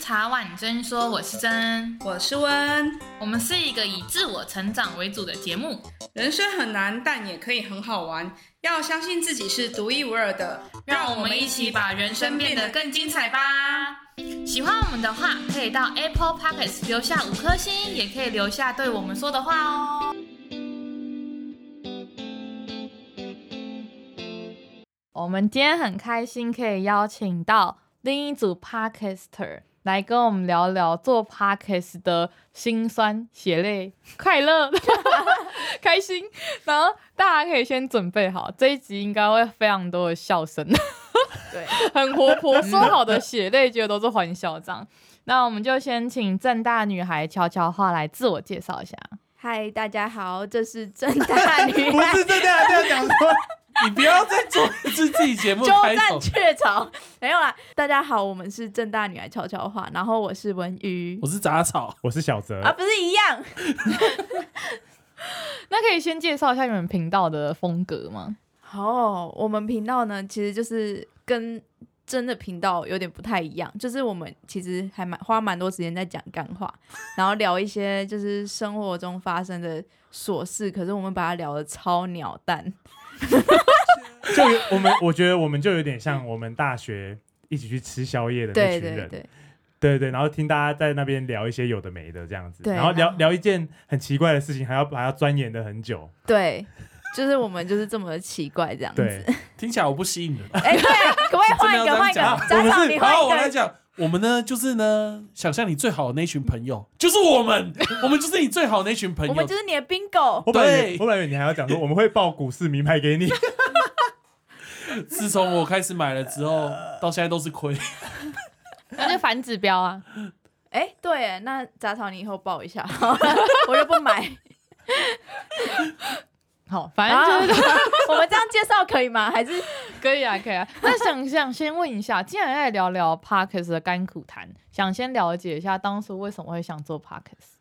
茶碗真说，我是真，我是温。我们是一个以自我成长为主的节目。人生很难，但也可以很好玩。要相信自己是独一无二的。让我们一起把人生变得更精彩吧！喜欢我们的话，可以到 Apple Podcast 留下五颗星，也可以留下对我们说的话哦。我们今天很开心，可以邀请到另一组 Podcaster 来跟我们聊聊做 Podcast 的辛酸、血泪、快乐、 开心。然后大家可以先准备好，这一集应该会非常多的笑声。对， 很活泼，说好的血泪觉得都是欢笑这样。那我们就先请正大女孩悄悄话来自我介绍一下。嗨，大家好，这是正大 女不孩是这样这样讲说，你不要再做一次自 己节目鸠开占头。鹊巢，没有啦。大家好，我们是正大女孩悄悄话，然后我是文瑜我是杂草，我是小泽，啊，不是一样。那可以先介绍一下你们频道的风格吗？哦，我们频道呢，其实就是跟真的频道有点不太一样，就是我们其实还蛮花蛮多时间在讲干话，然后聊一些就是生活中发生的琐事，可是我们把它聊的超鸟蛋。就有我们，我觉得我们就有点像我们大学一起去吃宵夜的那对群对人，对，对对然后听大家在那边聊一些有的没的这样子，对然后聊然后聊一件很奇怪的事情，还要把它钻研的很久，对，就是我们就是这么的奇怪这样子。 对，听起来我不吸引人。哎，对，可不可以换一 真的个？要换一这个，样杂草，讲啊我们是你好，我换来一个。讲，我们呢就是呢，想象你最好的那群朋友，就是我 们，我们就是你最好的那群朋我友们。就是你的 bingo，我本来以为对我本来以为你还要讲说我们会报股市名牌给你，自从我开始买了之 后，到现在都是亏。那就反指标啊。哎，对耶，那杂草你以后报一下， 我又不买。 好，反正就是、啊我们这样介绍可以吗？还是 可以啊，可以啊。那想想先问一下，既然在聊聊 Parkes 的甘苦谈，想先了解一下当初为什么会想做 Parkes？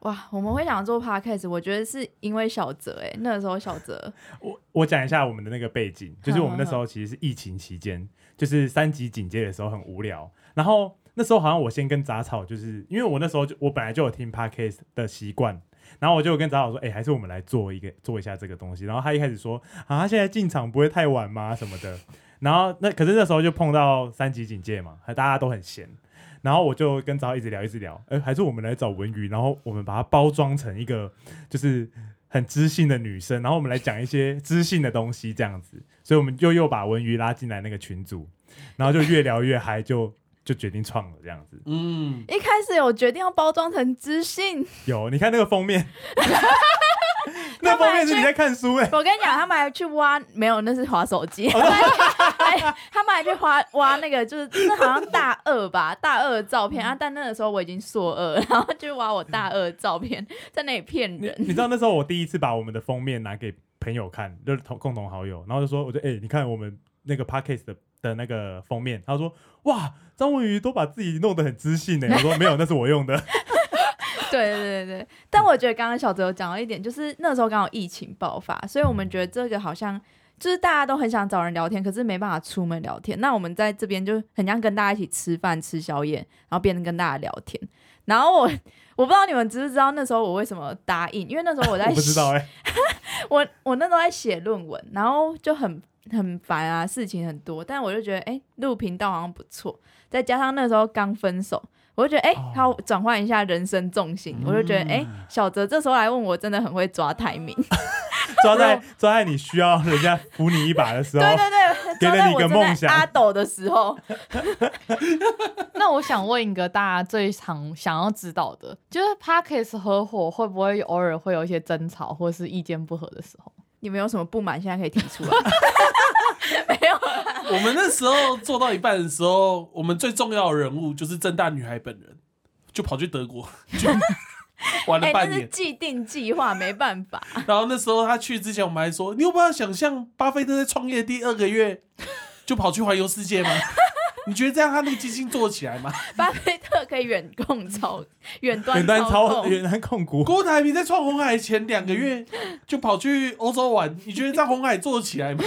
哇，我们会想做 podcast，我觉得是因为小泽哎，那个时候小泽我我讲一下我们的那个背景，就是我们那时候其实是疫情期间，就是三级警戒的时候很无聊，然后那时候好像我先跟杂草，就是因为我那时候就我本来就有听 podcast 的习惯。然后我就跟杂草说：“哎、还是我们来做一个做一下这个东西。”然后他一开始说：“啊，现在进场不会太晚吗？什么的。”然后那可是那时候就碰到三级警戒嘛，大家都很闲。然后我就跟杂草一直聊，一直聊。哎、还是我们来找文娱，然后我们把它包装成一个就是很知性的女生，然后我们来讲一些知性的东西，这样子，所以我们就又把文娱拉进来那个群组，然后就越聊越嗨，就就决定创了这样子。嗯，一开始有决定要包装成知性，有，你看那个封面，那封面是你在看书哎、我跟你讲，他们还去挖，没有，那是划手机，哦他们 还他们还去挖挖那个，就是那好像大二吧，大二的照嗯片啊，但那个时候我已经硕二，然后就挖我大二的照片，在那里骗你人。你知道那时候我第一次把我们的封面拿给朋友看，就是同共同好友，然后就说，我就哎、你看我们那个 p a c k a g e 的的那个封面，他说哇，张文宇都把自己弄得很知性哎、我说没有，那是我用的，对对对对，但我觉得刚刚小哲有讲到一点，就是那时候刚好疫情爆发，所以我们觉得这个好像。就是大家都很想找人聊天，可是没办法出门聊天。那我们在这边就很像跟大家一起吃饭、吃宵夜，然后变成跟大家聊天。然后我 我不知道你们知不知道那时候我为什么答应，因为那时候我在我不知道哎、我我那时候在写论文，然后就很很烦啊，事情很多，但我就觉得哎，录频道好像不错，再加上那时候刚分手，我就觉得哎，哦嗯好转换一下人生重心，我就觉得哎，小泽这时候来问我，真的很会抓台名，抓在抓在你需要人家扶你一把的时候，对对对，给抓了在你一我个梦正在想阿斗的时候，那我想问一个大家最常想要知道的，就是 Parkes 合伙会不会偶尔会有一些争吵或是意见不合的时候？你们有什么不满，现在可以提出 来。没有啦，我们那时候做到一半的时候，我们最重要的人物就是正大女孩本人，就跑去德国，就玩了哎、半这年是。既定计划，没办法。然后那时候他去之前，我们还说，你有办法想象巴菲特在创业第二个月 就跑去环游世界吗？ 你觉得这样他那个基金做起来 吗？巴菲特可以远控操，远端远端控操远端控股，郭台铭在创红海前两 个月就跑去欧洲玩，你觉得在红海做得起来吗？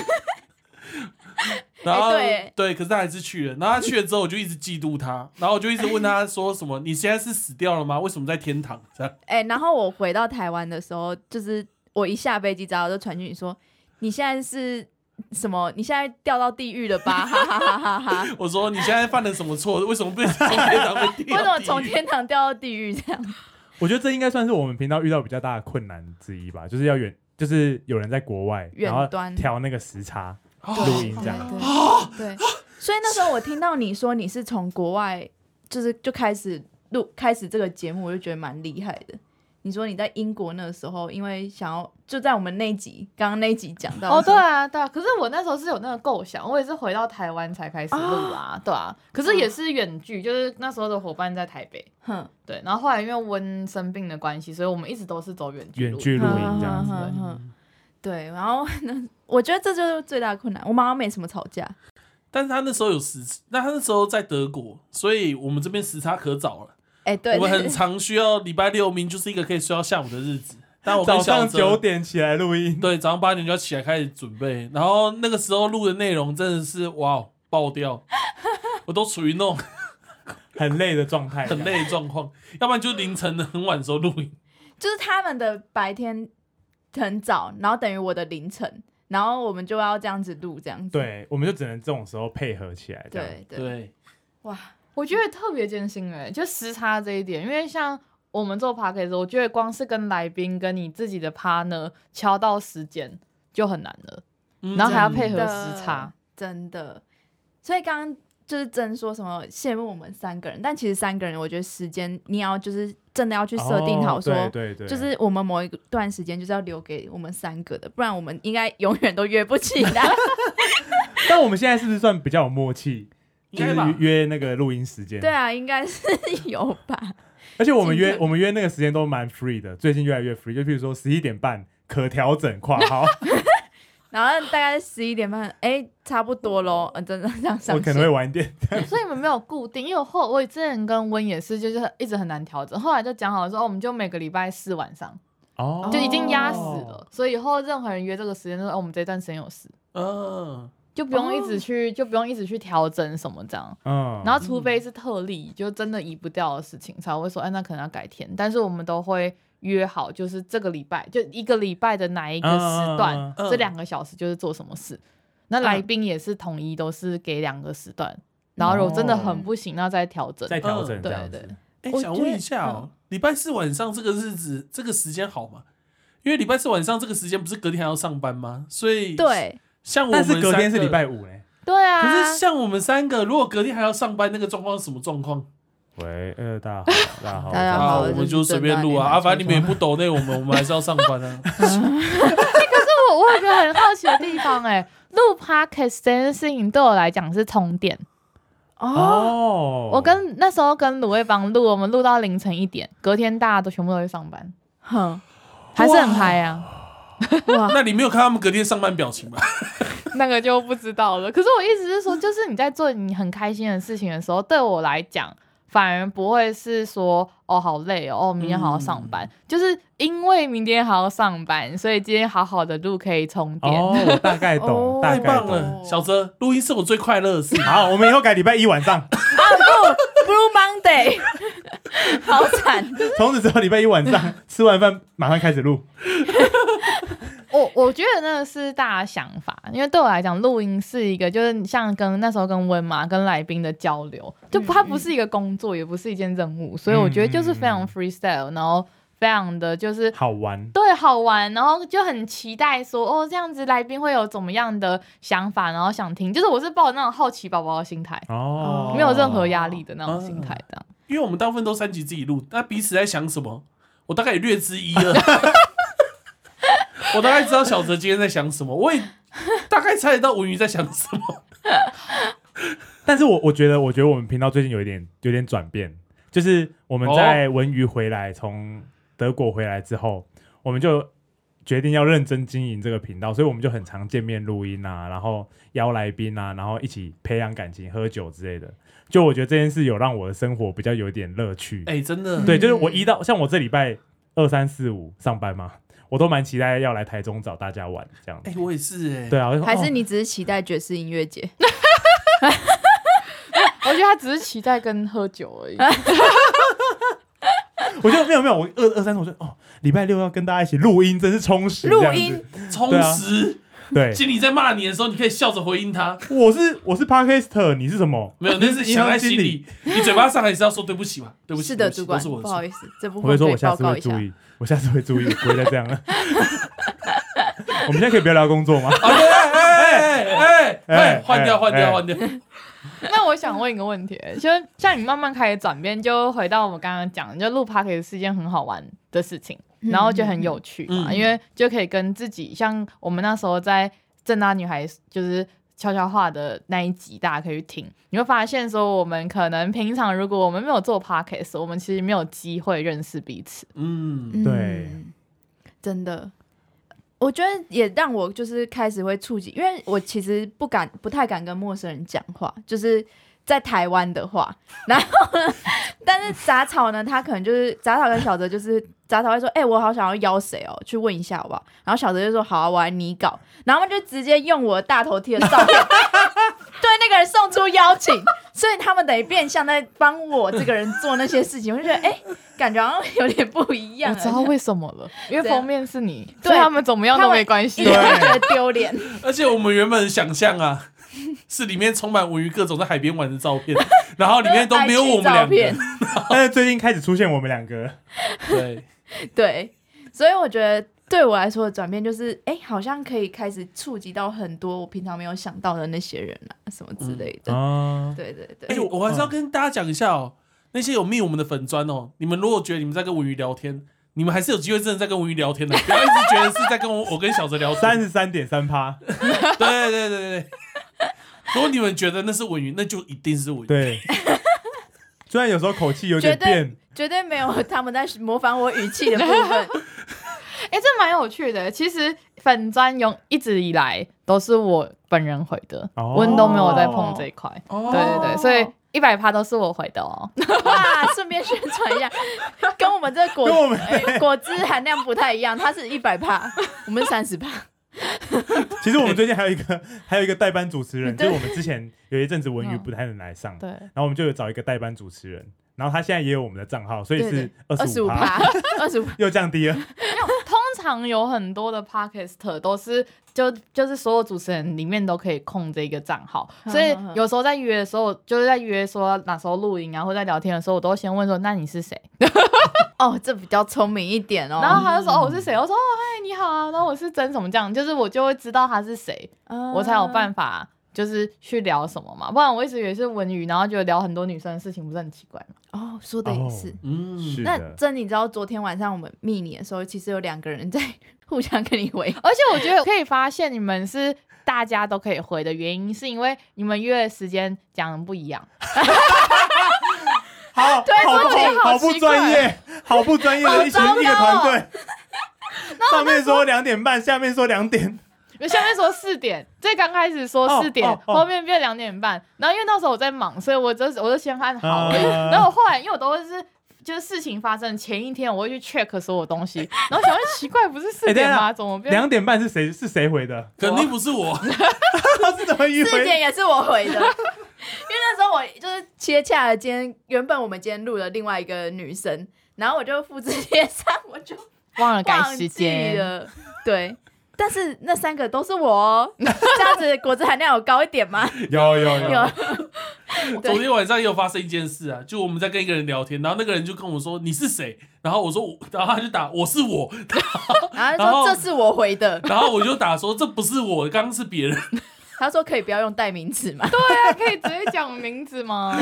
然后、哎对对，可是他还是去了。然后他去了之后，我就一直嫉妒他，然后我就一直问他说什么：“你现在是死掉了吗？为什么在天堂？”这样哎、然后我回到台湾的时候，就是我一下飞机，然后就传讯你说，你现在是什么？你现在掉到地狱了吧？哈哈哈哈 哈哈！我说：“你现在犯了什么错？为什么被 从天堂被地狱？为什么从天堂掉到地狱这样？我觉得这应该算是我们频道遇到比较大的困难之一吧，就是要远，就是有人在国外，远然后端调那个时差哦录音这样。啊对，对所以那时候我听到你说你是从国外，就是就开始录开始这个节目，我就觉得蛮厉害的。你说你在英国那时候，因为想要就在我们那一集刚刚那一集讲到哦，说对啊，对啊。可是我那时候是有那个构想，我也是回到台湾才开始录啊，对啊。可是也是远距，就是那时候的伙伴在台北，哼，对。然后后来因为温生病的关系，所以我们一直都是走远距远路。距录嗯音这样子，哼哼哼对，然后 呢，我觉得这就是最大的困难。我们好像没什么吵架，但是他那时候有时，那他那时候在德国，所以我们这边时差可早了。哎，对，我们很常需要礼拜六明就是一个可以睡到下午的日子。但我跟早小上哲九点起来录音，对，早上八点就要起来开始准备，然后那个时候录的内容真的是哇哦爆掉，我都处于那种很累的状态，很。累的状况，要不然就凌晨的很晚的时候录影，就是他们的白天很早，然后等于我的凌晨，然后我们就要这样子录，这样子。对，我们就只能这种时候配合起来。这样，对对，对，哇，我觉得特别艰辛哎、就时差这一点，因为像我们做 p a c a s t 我觉得光是跟来宾跟你自己的 partner 敲到时间就很难了，嗯然后还要真的配合的时差。真的。所以刚刚就是真说什么羡慕我们三个人，但其实三个人，我觉得时间你要就是真的要去设定好哦说。对对对，就是我们某一段时间就是要留给我们三个的，不然我们应该永远都约不起 来。但我们现在是不是算比较有默契？应就该是吧？约那个录音时间。对，啊，应该是有吧？而且我们今约天我们约那个时间都蛮 free 的，最近越来越 free。就比如说十一点半可调整（ 括号然后大概十一点半，哎、差不多喽，嗯、真的这样），上线。我可能会晚一点。所以你们没有固定，因为我后我之前跟温也是，就是一直很难调整。后来就讲好了说，哦我们就每个礼拜四晚上，哦就已经压死了。所以以后任何人约这个时间，就说、哦、我们这段时间有事，嗯，就不用一哦直去，就不用一直去调整什么这样。嗯，然后除非是特例，就真的移不掉的事情，才会说，哎，那可能要改天。但是我们都会约好，就是这个礼拜，就一个礼拜的哪一个时段，嗯嗯嗯嗯嗯这两个小时就是做什么事。那来宾也是统一，都是给两个时段。然后如果真的很不行，那再调整。哦再调整这样对子对。哎、我想觉问得一下哦、礼拜四晚上这个日子这个时间好吗？因为礼拜四晚上这个时间不是隔天还要上班吗？所以，对，像我们但是隔天是三个礼，拜五嘞。对啊，可是像我们三个，如果隔天还要上班，那个状况是什么状况？喂，呃，大家好，大家好，大家啊，好我就们是就随便录正大啊，啊，年反正你们也不抖那我 们，我们还是要上班啊。我哦我有一个很好奇的地方、哎，录 podcast 这件事情对我来讲是充电。哦，哦，我跟那时候跟卤味帮录，我们录到凌晨一点，隔天大家都全部都去上班，哼，还是很嗨啊。哇，那你没有看他们隔天上班表情吧？那个就不知道了。可是我意思是说，就是你在做你很开心的事情的时候，对我来讲。反而不会是说哦好累哦，哦明天还要上班，就是因为明天还要上班，所以今天好好的录可以充电。哦，我大概懂哦，大太概棒懂。了，小泽，录音是我最快乐的事。好，我们以后改礼拜一晚上， Blue Monday，好惨。从此之后礼拜一晚上吃完饭马上开始录。我我觉得那个是大家想法，因为对我来讲，录音是一个就是像跟那时候跟温嘛跟来宾的交流，就它不是一个工作，也不是一件任务，所以我觉得就是非常 freestyle，然后非常的就是好玩，对好玩，然后就很期待说哦这样子来宾会有怎么样的想法，然后想听，就是我是抱着那种好奇宝宝的心态，哦，没有任何压力的那种心态，这样。因为我们大部分都三级自己录，那彼此在想什么，我大概也略知一二。 我大概知道小泽今天在想什么，我也大概猜得到文鱼在想什么。但是我我觉得，我觉得我们频道最近有一点有点转变，就是我们哦在文娱回来，从、德国回来之后，我们就决定要认真经营这个频道，所以我们就很常见面录音啊，然后邀来宾啊，然后一起培养感情、喝酒之类的。就我觉得这件事有让我的生活比较有点乐趣。哎、真的，对，就是我一到像我这礼拜二三四五上班嘛，我都蛮期待要来台中找大家玩这样子。哎、我也是哎、对啊，我就说还是哦你只是期待爵士音乐节？我觉得他只是期待跟喝酒而已。 我就没有没有，我二二三，我就哦，礼拜六要跟大家一起录音，真是充实。录这样子音，充实。啊对，经理在骂你的时候，你可以笑着回应他。我是我是 podcaster，你是什么？没有，那 是你想在心经理。里。你嘴巴上还是要说对不起嘛？对不起，是的，对不主管，起都是我不的好错。意思，这部我分会说，可我以下报次告会一下注。意，我下次会注意，我不会再这样了。 我们现在可以不要聊工作吗？ 啊对哎哎哎哎，哎换掉，哎换掉，哎换掉。 那我想问一个问题、就像你慢慢开始转变，就回到我们刚刚讲，就录 p o d c a s t 是一件很好玩的事情，嗯然后就很有趣嘛，嗯因为就可以跟自己，像我们那时候在正大女孩就是。悄悄话的那一集，大家可以去听，你会发现说，我们可能平常如果我们没有做 podcast，我们其实没有机会认识彼此。嗯，嗯对，真的，我觉得也让我就是开始会触及，因为我其实不敢、不太敢跟陌生人讲话，就是在台湾的话。然后呢， 但是杂草呢，他可能就是杂草跟小泽就是。杂草会说：“哎、我好想要邀谁哦，去问一下好不好？”然后小泽就说：“好啊，我来拟稿。”然后他们就直接用我的大头贴的照片 对那个人送出邀请，所以他们等于变相在帮我这个人做那些事情。我就觉得，哎、感觉好像有点不一样。啊我知道为什么了，因为怎样封面是你，对对他们怎么样他都们没关一系定。会觉得丢脸。而且我们原本想象啊，是里面充满文娱各种在海边玩的照 片，然后里面都没有我们两 IG 照片个。但是最近开始出现我们 两个，对，对，所以我觉得对我来说的转变就是，哎、好像可以开始触及到很多我平常没有想到的那些人啊，什么之类的。啊，对对对，嗯而且哎我我还是要跟大家讲一下哦，那些有密我们的粉砖哦，你们如果觉得你们在跟文娱聊天，你们还是有机会真的在跟文娱聊天 的，不要一直觉得是在跟我我跟小哲聊天三。十三点三趴，对对对对对。如果你们觉得那是文娱，那就一定是文娱。对。 虽然有时候口气有点绝对变，绝对没有他们在模仿我语气的 部分。哎、这蛮有趣的。其实粉砖用一直以来都是我本人回的，哦温、都没有在碰这一块。哦对对对，所以一百趴都是我回的哦。哇，顺便宣传一下，跟我们这个果跟我们哎果汁含量不太一样，它是一百帕，我们三十帕。其实我们最近还有一个还有一个代班主持人，就对是我们之前有一阵子文娱嗯不太能来上，对，然后我们就有找一个代班主持人，然后他现在也有我们的账号，所以对是对二二十十五五趴，帕，二十五。又降低了。 通常有很多的 podcast 都是就就是所有主持人里面都可以控这个账号，嗯所以嗯嗯有时候在约的时候，就是在约说哪时候录音啊，或在聊天的时候，我都先问说那你是谁，哦，这比较聪明一点哦。然后他就说、哦我是谁，我说哦嗨你好啊，然后我是真什么这样，就是我就会知道他是谁，我才有办法就是去聊什么嘛，不然我一直以为是文娱，然后就聊很多女生的事情，不是很奇怪吗？哦，说的也是。哦嗯， 是那的，真，你知道昨天晚上我们密你的时候，其实有两个人在互相跟你 回。而且我觉得可以发现你们是大家都可以回的原因，是因为你们约的时间讲的不一样。好，好我觉得不好好不奇怪专业，好不专业的一群好糟糕哦一个团队。上面说两点半，下面说两点，因为下面说四点，最刚开始说四点，哦哦哦后面变两点半。然后因为那时候我在忙，所以我就我就先按好了。 啊然后我后来因为我都会是就是事情发生前一天，我会去 check 所有东西，然后想问奇怪不是四点吗？哎等一下怎么变？两点半是谁是谁回的？ 肯定不是我。是怎么迂四点回？也是我回的，因为那时候我就是切洽了今天原本我们今天录的另外一个女生，然后我就复制贴上，我就忘了改忘时记间。了。对，但是那三个都是我、哦，这样子果汁含量有高一点吗？有有有，昨天晚上也有发生一件事啊，就我们在跟一个人聊天，然后那个人就跟我说你是谁，然后我说我，然后他就打我是我，然后然后他说这是我回的，然后我就打说这不是我，刚刚是别人。他说可以不要用代名词嘛。对啊，可以直接讲名字 吗？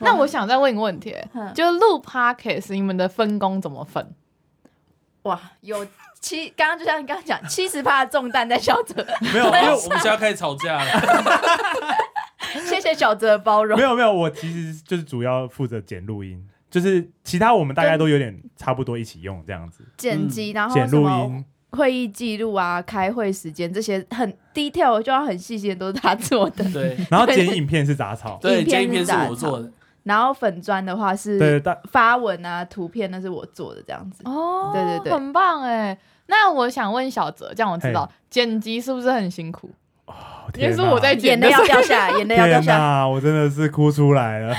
那我想再问一个问题，嗯就是录 podcast 你们的分工怎么分？哇，有七，刚刚就像你刚刚讲，七十趴重担在小泽，没有因为没我们现在开始吵架了，谢谢小泽的包容有没。有没有，我其实就是主要负责剪录音，就是其他我们大概都有点差不多一起用这样子，剪辑，然后剪哦什录么音。会议记录啊、开会时间这些很 detail，就要很细心，都是他做的。对然后剪影片是杂草，对，影片这一篇是是打我做的，然后粉砖的话对，是大发文啊、图片，那是我做的这样子。哦对对对欸很棒哎。那我想问小泽，这样我知道剪辑是不是很辛苦？哦也是我在眼剪泪的时要候，掉下 来，眼泪要掉天下来。呐，我真的是哭出 来了，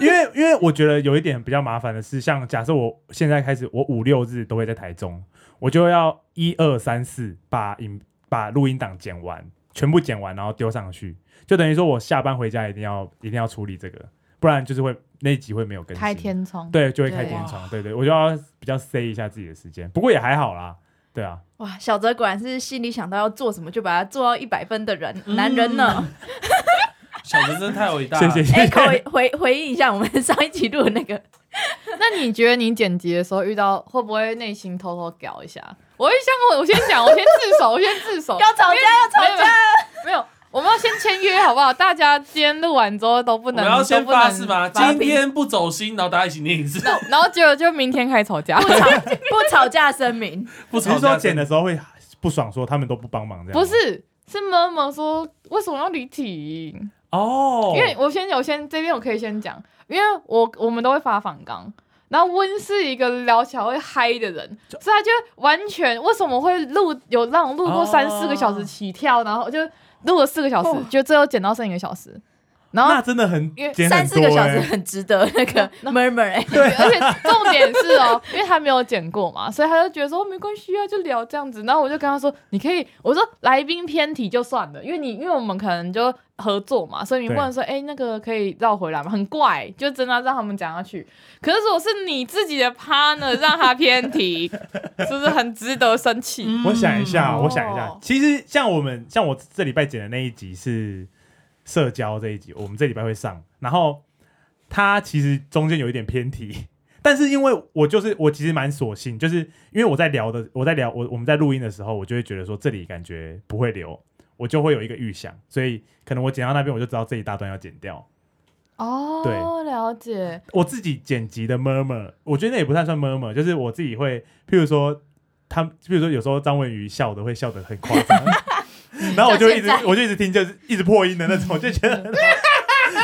因为因为我觉得有一点比较麻烦的是，像假设我现在开始，我五六日都会在台中，我就要一二三四把影把录音档剪完，全部剪完，然后丢上去，就等于说我下班回家一定要一定要处理这个，不然就是会那一集会没有更新。开天窗。啊对，就会开对天窗，对对，我就要比较塞一下自己的时间，不过也还好啦，对啊，哇，小泽果然是心里想到要做什么就把它做到一百分的人，男人呢？小人真的太伟大谢了，谢谢哎，谢。回回回应一下我们上一集录的那个，那你觉得你剪辑的时候遇到会不会内心偷偷搞一下？我会像我我先讲，我先自首，我先自首， 要吵架要吵架，没有没有，我们要先签约好不好？大家今天录完之后都不我能，们要先都不能发誓吗？发今天不走心，然后大家一起念一次，然后结果就明天开始吵架，不吵不吵架声明，不只是吵说架剪的时候会不爽，说他们都不帮忙这样吗。不是。是妈妈说为什么要离题？哦，因为我先我先这边我可以先讲，因为我我们都会发反纲，然后温是一个聊起来会嗨的人，所以他就完全为什么会录有让我录过哦三四个小时起跳，然后就录了四个小哦时，就最后剪到剩一个小时，然后那真的很因为剪哦三很四多个小时欸很值得那个 murmur 哎。对，而且重点是哦，因为他没有剪过嘛，所以他就觉得说没关系啊，就聊这样子。然后我就跟他说，你可以，我说来宾偏题就算了，因为你因为我们可能就呃合作嘛，所以你不能说哎、那个可以绕回来嘛，很怪，就真的让他们讲下去。可是如果是你自己的 partner 让他偏 题，是不是很值得生气？我想一下，哦我想一下，其实像我们像我这礼拜剪的那一集是社交这一集，我们这礼拜会上，然后它其实中间有一点偏题。 但是因为我就是我其实蛮索性，就是因为我在聊的，我在聊我我们在录音的时候，我就会觉得说这里感觉不会留，我就会有一个预想，所以可能我剪到那边我就知道这一大段要剪掉。哦，对了解。我自己剪辑的 murmur，我觉得那也不太算 murmur，就是我自己会，譬如说他，譬如说有时候张文宇笑的会笑得很夸 张，然后我就一直像现在我就一直听就是一直破音的那种，就觉得 很好。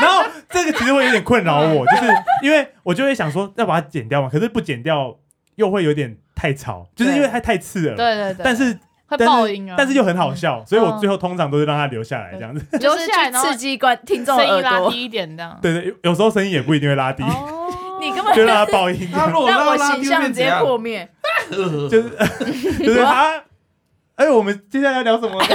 然后这个其实会有点困扰我，就是因为我就会想说要把它剪掉嘛，可是不剪掉又会有点太吵，就是因为它太刺耳。对对对，但是会但爆是音啊，但是又很好笑，所以我嗯最后通常都是让它留下来这样子。留就是下来，去然 后刺激观听众的声音耳拉朵。低一点这样。对对，有有时候声音也不一定会拉低，哦，你根本就让它爆音。他如果让让我拉形丢象面直怎接样？破灭。呃就是就是啊，哎、我们接下来要聊什么？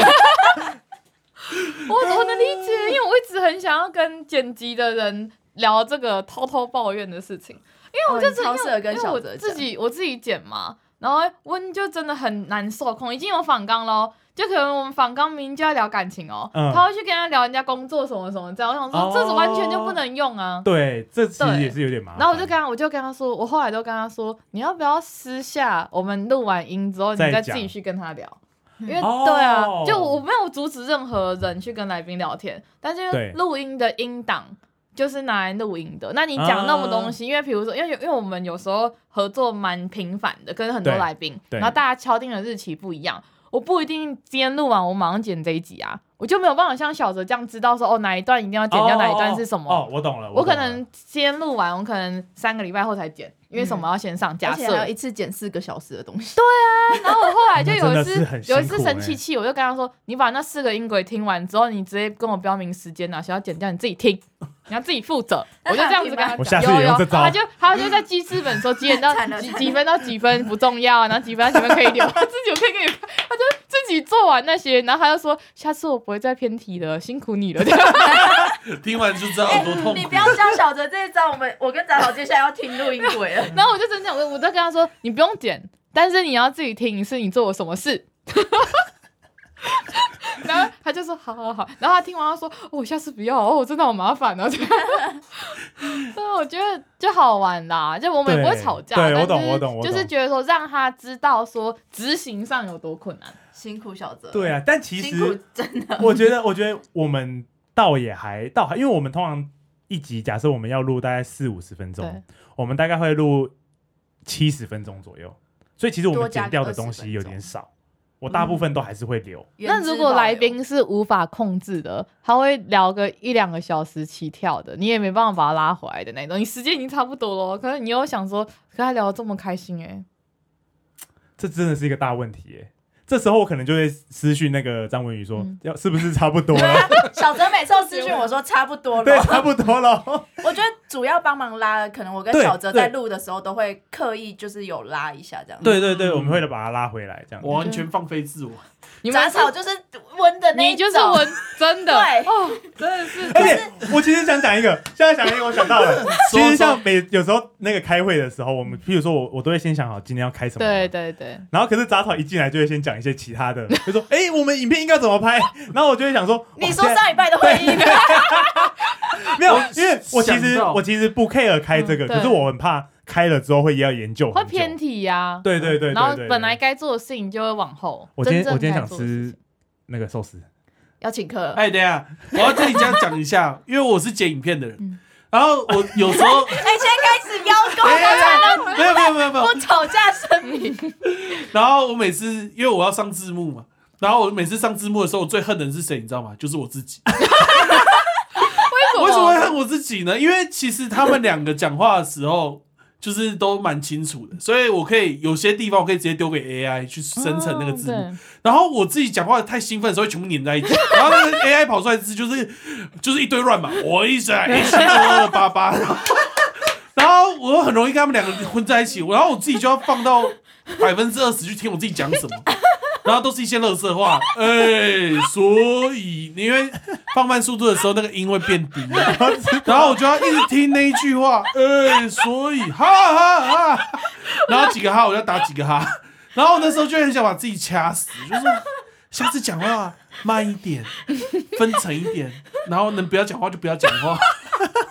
我我能理解，哦因为我一直很想要跟剪辑的人聊这个偷偷抱怨的事情，因为我哦就你是因超为适合跟因为小我泽自讲己我自己剪嘛，然后温就真的很难受控，已经有反纲喽。就可能我们反纲明明就要聊感情哦，嗯他会去跟他聊人家工作什么什么这样，我想说哦这是完全就不能用啊。 对，这其实对也是有点麻烦。然后我就跟他，我就跟他说，我后来都跟他说，你要不要私下我们录完音之后，你再再自己讲去跟他聊，因嗯为、哦对啊，就我没有阻止任何人去跟来宾聊天，但是因为对录音的音档就是拿来录音的，那你讲那么多东西，嗯因为比如说，因为因为我们有时候合作蛮频繁的，跟很多对来宾，对然后大家敲定的日期不一样，我不一定今天录完我马上剪这一集啊，我就没有办法像小哲这样知道说哦哪一段一定要剪掉，哪一段是什么。哦，我懂了，我可懂了能先录完，我可能三个礼拜后才剪，因为什么要先上而假且设。还 要一次剪四个小时的东西，然后我后来就有一那真的是次，很辛苦有欸一次生气气，我就跟他说：“你把那四个音轨听完之后，你直接跟我标明时间哪些要剪掉，你自己听， 你要自己负责。”我那就他这样子听跟吗他我讲。下次也有用有，这招他就他就在记事本说几点到惨了几惨了几分到几分不重要啊，然后几分到几分可以留，他自己我可以给你看，他就自己做完那些，然后他就说：“下次我不会再偏题了，辛苦你了。”听完就知道哎有多痛你苦不。要教小哲这一招，我们我跟杂草接下来要听录音轨了。然后我就真的，我我就跟他说，你不用剪，但是你要自己听一次你做我什么事。 然后他就说好好好，然后他听完他说，哦我、下次不要哦，我真的好麻烦哦。这 样所以我觉得就好玩啦，就我们也不会对吵架，对我但懂就是我懂我就是懂觉得说让他知道说执行上有多困难。辛苦小泽，对啊，但其辛苦实真的。我觉得，我觉得我们倒也还倒还，因为我们通常一集假设我们要录大概四五十分对钟，我们大概会录七十分钟左右，所以其实我多们加剪掉的20东西有分点钟嗯少，我大部分都还是会留。那如果来宾是无法控制的，他会聊个一两个小时起跳的，你也没办法把他拉回来的那种。你时间已经差不多了，可是你又想说，可他聊得这么开心哎、这真的是一个大问题耶。这时候我可能就会私讯那个张文宇说嗯，要、是不是差不多 了？啊啊小泽每次都私讯我说差不多对，了，差不多了。 我觉得主要帮忙拉的，可能我跟对小泽在录的时候都会刻意就是有拉一下这样。，对对对，我们会把他拉回来，这样。嗯我完全放飞自我。你们杂是草就是温的那一你就是种我，真的对哦， 真的是而且我其实想讲一个，现在想一个，我想到 了。其实像每有时候那个开会的时候，我们譬如说我我都会先想好今天要开什么，对对对，然后可是杂草一进来就会先讲一些其他的，就说 哎、诶我们影片应该怎么拍？ 然后我就会想说，你哇说现在上礼拜的会议 吗，没有我？因为我其实想到我其实不 care 开这个，嗯对可是我很怕开了之后会要研究很久会偏。题呀。对对对对对然后对本来该做的事情就会往后。我今天真正我今天该想做的事吃情，那个寿司，要请客。哎，等一下，我要跟你这样讲一下，因为我是剪影片的人嗯，然后我有时候，哎，现在开始邀功哎了，没有没有没有没有，不吵架声明。然后我每次因为我要上字幕嘛，然后我每次上字幕的时候，我最恨的人是谁，你知道吗？就是我自己。为 为什么会恨我自己呢？因为其实他们两个讲话的时候，就是都蛮清楚的，所以我可以有些地方我可以直接丢给 AI 去生成那个字幕。哦然后我自己讲话太兴奋的时候，会全部粘在一起，然后那个 AI 跑出来的字就是就是一堆乱码，我一直来一七二二八八，然后然后我又很容易跟他们两个混在一起，然后我自己就要放到百分之二十去听我自己讲什么。然后都是一些垃圾话，哎、所以因为放慢速度的时候，那个音会变低，然后我就要一直听那一句话，哎、所以哈哈哈，然后几个哈我就打几个哈，然后那时候就很想把自己掐死，就说下次讲话慢一点，分层一点，然后能不要讲话就不要讲话，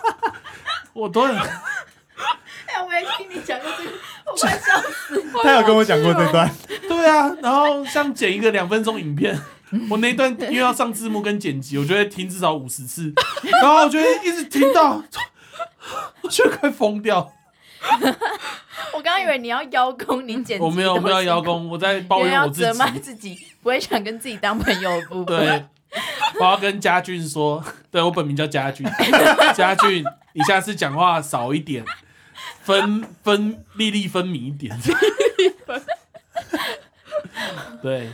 我都很哎，我没听你讲过这个，我快笑死。对，他有跟我讲过哦这段，对啊，然后像剪一个两分钟影片，我那一段因为要上字幕跟剪辑，我就会听至少五十次， 然后我就会一直听到， 我觉得快疯掉。我刚刚以为你要邀功，你剪辑我没有，我没有邀，功，我在抱原来怨要我自责己骂。自己，不会想跟自己当朋友的部分。对，我要跟家俊说，对我本名叫家俊， 家俊，你下次讲话少一点，分分粒粒分明一点。 对，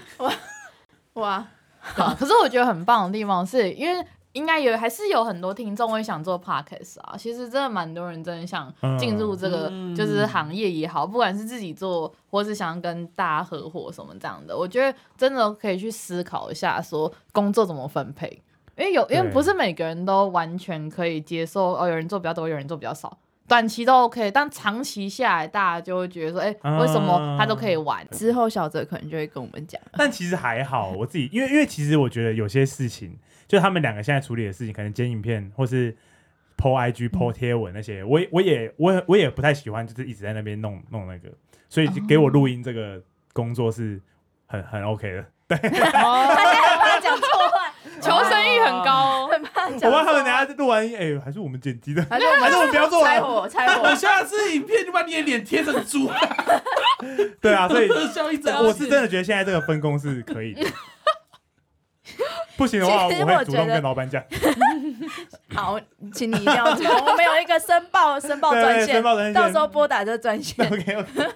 哇，好可是我觉得很棒的地方是，因为应该有还是有很多听众会想做 podcast 啊。其实真的蛮多人真的想进入这个嗯就是行业也好，不管是自己做，或是想要跟大家合伙什么这样的，我觉得真的可以去思考一下，说工作怎么分配。因为有，因为对不是每个人都完全可以接受哦，有人做比较多，有人做比较少，短期都 OK，但长期下来，大家就会觉得说，哎、为什么他都可以玩？ 之后小泽可能就会跟我们讲， 但其实还好，我自己因为因为其实我觉得有些事情，就他们两个现在处理的事情，可能剪影片或是 PO IG、PO 嗯贴文那些，我也我也我也我也不太喜欢，就是一直在那边弄弄那个，所以就给我录音这个工作是很很 OK 的。哦他现在很怕讲错话，求生欲很高哦。很怕讲错我话。怕他们等下录完音，哎、还是我们剪辑的， 还是我还是我们不要做猜了。我猜 我我，下次影片就把你的脸贴成猪，对啊，所 以特效一整我是真的觉得现在这个分工是可以的。不行的话，啊其实我我会主觉动得跟老板讲。好，请你一定 要讲。我们有一个申报申报专对，线申，报专线。到 时候拨打这个专线。 OK OK。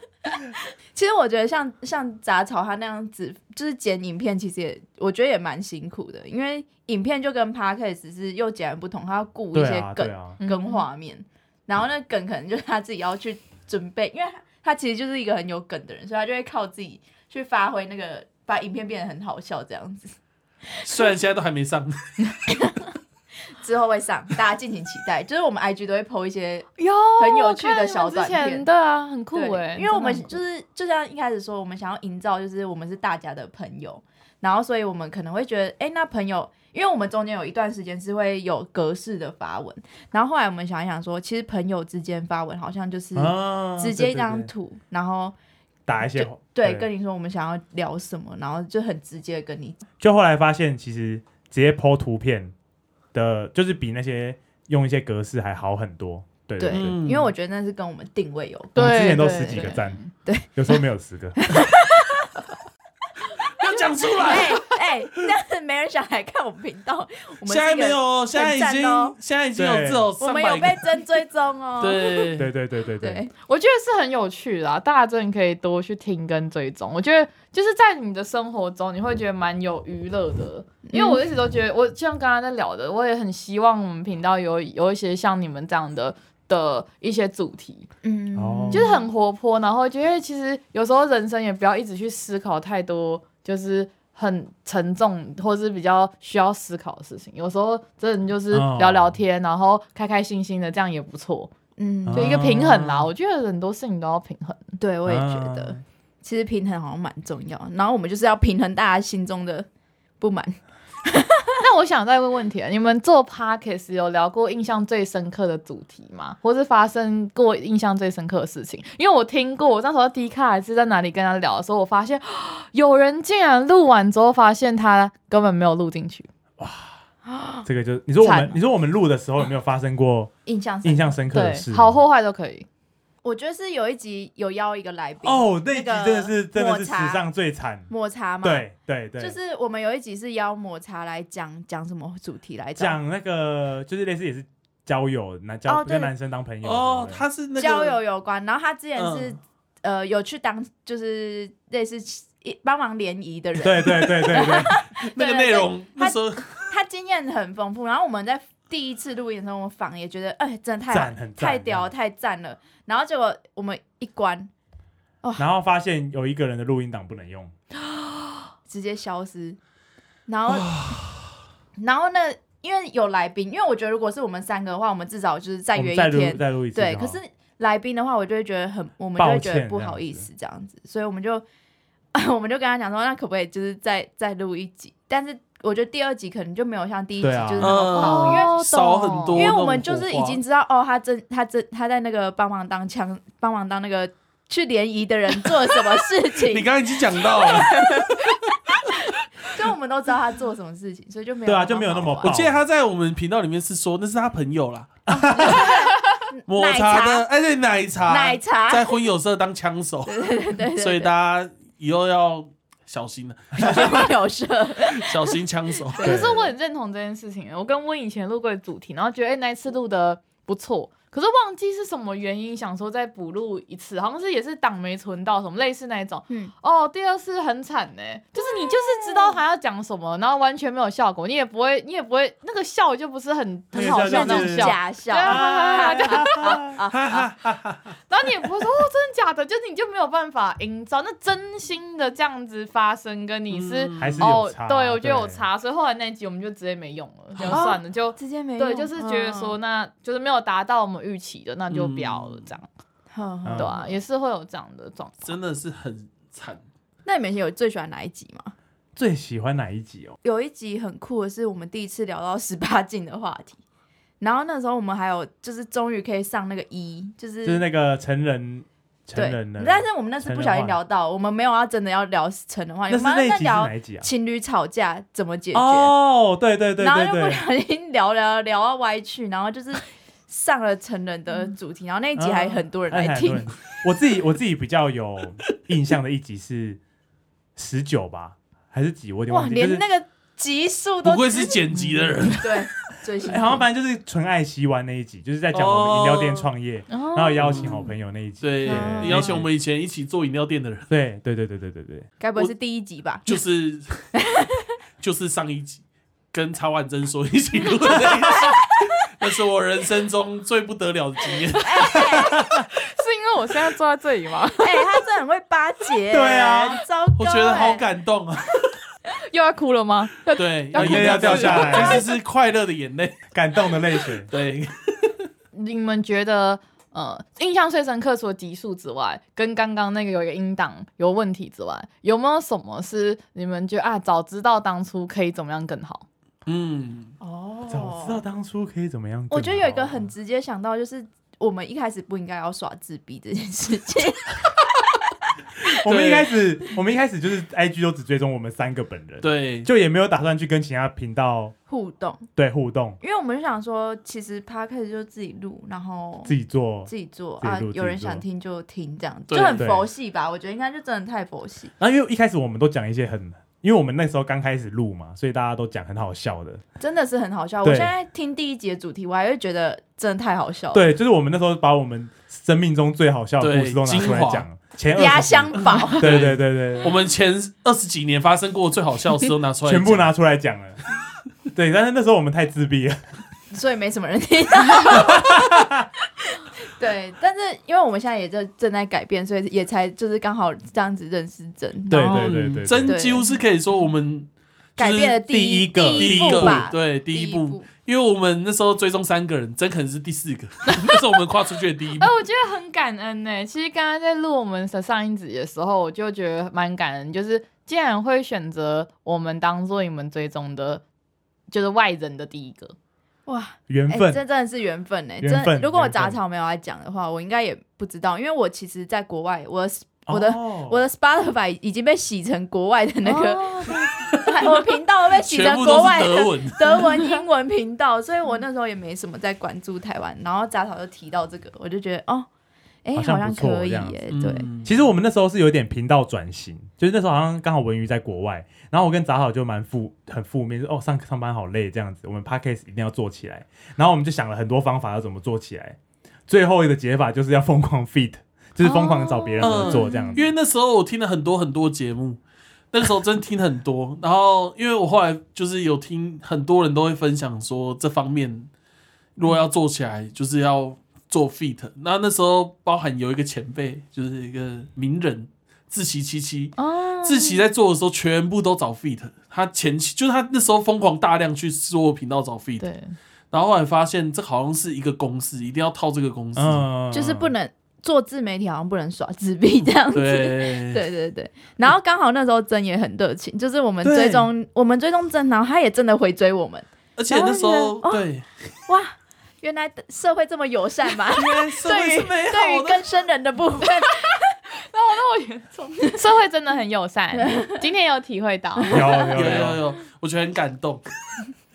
其实我觉得像像杂草他那样子，就是剪影片，其实也我觉得也蛮辛苦的，因为影片就跟 podcast 是又截然不同，他要顾一对些啊，梗、对啊。 跟嗯画面，然后那梗可能就是他自己要去准备，因为他他其实就是一个很有梗的人，所以他就会靠自己去发挥那个。把影片变得很好笑这样子，虽然现在都还没上，之后会上，大家敬请期待。就是我们 IG 都会 PO 一些有很有趣的我看小短你们之片前对啊，很酷对，哎、因为我们真的很酷就是就像一开始说，我们想要营造就是我们是大家的朋友，然后所以我们可能会觉得，哎、那朋友，因为我们中间有一段时间是会有格式的发文，然后后来我们想一想说，其实朋友之间发文好像就是啊直对接对一张对图，然后打一些就对跟你说我们想要聊什么，然后就很直接地跟你就后来发现，其实直接剖图片的，就是比那些用一些格式还好很多。对对，对对，嗯嗯因为我觉得那是跟我们定位有关。 我们对之前都对十几个对赞，对，有时候没有十个。要讲出来。哎哎，这样子没人想来看我们频道。我们现在是一个没有，哦，现在已很赞哦经现在已经有至少我三们有百被个，真追踪哦。对对对对对对对，我觉得是很有趣啦，大家真的可以多去听跟追踪。我觉得就是在你的生活中，你会觉得蛮有娱乐的，因为我一直都觉得，我就像刚刚在聊的，我也很希望我们频道有有一些像你们这样的的一些主题，嗯哦就是很活泼，然后觉得其实有时候人生也不要一直去思考太多，就是。很沉重，或是比较需要思考的事情，有时候真的就是哦聊聊天，然后开开心心的，这样也不错。哦嗯，就一个平衡啦。啊我觉得很多事情都要平衡。对，我也觉得，啊其实平衡好像蛮重要。然后我们就是要平衡大家心中的不满。那我想再问问题啊，你们做 podcast 有聊过印象最深刻的主题吗？或是发生过印象最深刻的事情？因为我听过，我那时候在 D 卡还是在哪里跟他聊的时候，我发现有人竟然录完之后发现他根本没有录进去。这个就你说我惨们啊了你说我们录的时候有没有发生过印象深印刻，象深刻对的事？，好或坏都可以。我觉得是有一集有邀一个来宾哦，那一集那个真的是真的抹是史茶上最惨，抹茶嘛，，对对对，就是我们有一集是邀抹茶来讲讲什么主题来着讲那个就是类似也是交友男交哦对跟男生当朋友哦，什么的他是那个交友有关。然后他之前是、嗯呃有去当就是类似一帮忙联谊的人，对对对对对，那个内容，那时候他经验很丰富。然后我们在第一次录影的时候，我们访也觉得，哎、真的太 赞很赞太屌了太赞了。然后结果我们一关， 然后发现有一个人的录音档不能用，直接消失。然 后，然后呢？因为有来宾，因为我觉得如果是我们三个的话，我们至少就是再我约们一再录天，再录一次就好。对。可 是来宾的话，我就会觉得很，我们就抱会觉得歉不这样好子意思这样子，所以我们就， 我们就跟他讲说，那可不可以就是再再录一集？但是我觉得第二集可能就没有像第一集对啊就是那么不好，嗯因为哦少很多，因为我们就是已经知道哦，他真他真他在那个帮忙当枪，帮忙当那个去联谊的人做了什么事你情，刚刚已经讲到了，就我们都知道他做了什么事情，所以就没有对啊好就没有那么玩爆我记得他在我们频道里面是说那是他朋友啦， 抹啊奶茶茶的，哎对，奶茶，奶茶，在婚友社当枪手，对对对，所以大家以后要小心了，啊 家有事，小心枪手。可是我很认同这件事情，我跟温以前录过的主题，然后觉得哎、那一次录的不错，可是忘记是什么原因，想说再补录一次，好像是也是档没存到什么类似那一种。嗯哦，第二次很惨呢、就是你就是知道他要讲什么，然后完全没有效果，你也不会，你也不会那个笑就不是很那很个好笑笑那就种是笑。假对笑，啊， 哈哈哈哈啊啊，然后你也不会说哦，真的假的，就是你就没有办法营造那真心的这样子发生，跟你是嗯还是有哦差，，对，我觉得有。差，所以后来那一集我们就直接没用了，就哦算了，就之间没对，用就是觉得说，嗯那就是没有达到我们预期的，那就不要了，这样，哼哼嗯对啊，也是会有这样的状况。真的是很惨，那你们有最喜欢哪一集吗？最喜欢哪一集 哦？有一集很酷的是，我们第一次聊到十八禁的话题，然后那时候我们还有就是终于可以上那个一，就是就是那个成人成对人的，，但是我们那次不小心聊到，我们没有要真的要聊成人话题，我那是们要在那一集是哪聊一集啊？情侣吵架怎么解决，哦，对对对然后对又不对，小心聊聊聊到歪去，然后就是上了成人的主题，然后那一集还很多人哎来很听多，人我自己我自己比较有印象的一集是十九吧，还是几？我有点哇，忘记。就连是那个集数都嗯不愧是剪辑的人，对最新哎好像反正就是纯爱西湾那一集，就是在讲我们饮料店创业，然后哦，邀请好朋友那一集。对嗯，你邀请我们以前一起做饮料店的人，对对对对对对对，该不会是第一集吧？就是就是上一集跟曹婉珍说一起录的那 一集，那是我人生中最不得了的经验。是因为我现在坐在这里吗？ 哎、他真的很会巴结， 对啊，糟糕、我觉得好哎感动啊！ 又要哭了吗？要 对，要哭眼泪要掉下来其实是快乐的眼泪。感动的泪水。对，你们觉得呃，印象最深刻除了集数之外，跟刚刚那个有一个音档有问题之外，有没有什么是你们觉得啊，早知道当初可以怎么样更好？嗯，哦，早知道当初可以怎么样哦更好？我觉得有一个很直接想到，就是我们一开始不应该要耍自闭这件事情。 我们一对开始，我们一开始就是 IG 都只追踪我们三个本人，，对，就也没有打算去跟其他频道互动，对互动，因为我们就想说，其实 p o d c a s 就自己录，然后自己做。自己做自己啊录，有人自己做想听就听，这样对就很对佛系吧？我觉得应该就真的太佛系。然后因为一开始我们都讲一些很，因因为我们那时候刚开始录嘛，所以大家都讲很好笑的。真的是很好笑。我对现在听第一集的主题，我还会觉得真的太好笑了。对，就是我们那时候把我们生命中最好笑的故事都拿对出来精华讲，前二压十集箱宝，对对对对， 我们前二十几年发生过最好笑的事都拿出来，全部。拿出来讲了。对，但是那时候我们太自闭了，所以没什么人听。 对，但是因为我们现在也就正在改变，所以也才就是刚好这样子认识真。对然后对对对对真几乎是可以说我们改变了就是第一个第第一一步个吧，，对第第一步，，因为我们那时候追踪三个人，真可能是第四个， 那是我们跨出去 的第一哦步哎、。我觉得很感恩呢、其实刚刚在录我们的上一集的时候，我就觉得蛮感恩，就是竟然会选择我们当做你们追踪的，就是外人的第一个。哇，缘哎，分这真的是缘分哎、缘真分如果我缘分杂草没有来讲的话，我应该也不知道，因为我其实在国外，我的 s- 我的、哦我的 Spotify 已经被洗成国外的那个，哦 我频道被洗全成部国都外是的德文，德文、英文频道，所以我那时候也没什么在关注台湾。然后杂草就提到这个，我就觉得哦，哎、好好像像不错可以这样耶、 对。嗯其实我们那时候是有点频道转型，就是那时候好像刚好文娱在国外，然后我跟杂好就蛮负很负面，说哦上上班好累这样子，我们 podcast 一定要做起来。然后我们就想了很多方法要怎么做起来，最后一个解法就是要疯狂 fit，就是疯狂地找别人哦嗯合作这样子。因为那时候我听了很多很多节目，那个时候真听很多。然后因为我后来就是有听很多人都会分享说这方面，如果要做起来，就是要做 fit。那那时候包含有一个前辈，就是一个名人自奇七七，嗯哦自奇在做的时候全部都找 fit。他前期就是他那时候疯狂大量去做频道找 fit，对， 然后后来发现这好像是一个公式，一定要套这个公式。嗯就是不能做自媒体，好像不能耍自闭这样子。对嗯对对对，然后刚好那时候真也很热情，就是我们对追踪我们追踪真，然后他也真的回追我们，而且那时候然后就觉得哦对。哇，原来社会这么友善嘛！对 对于于美对好于的。更生人的部分，社会真的很友善，今天有体会到。有有 有有有，有，我觉得很感动。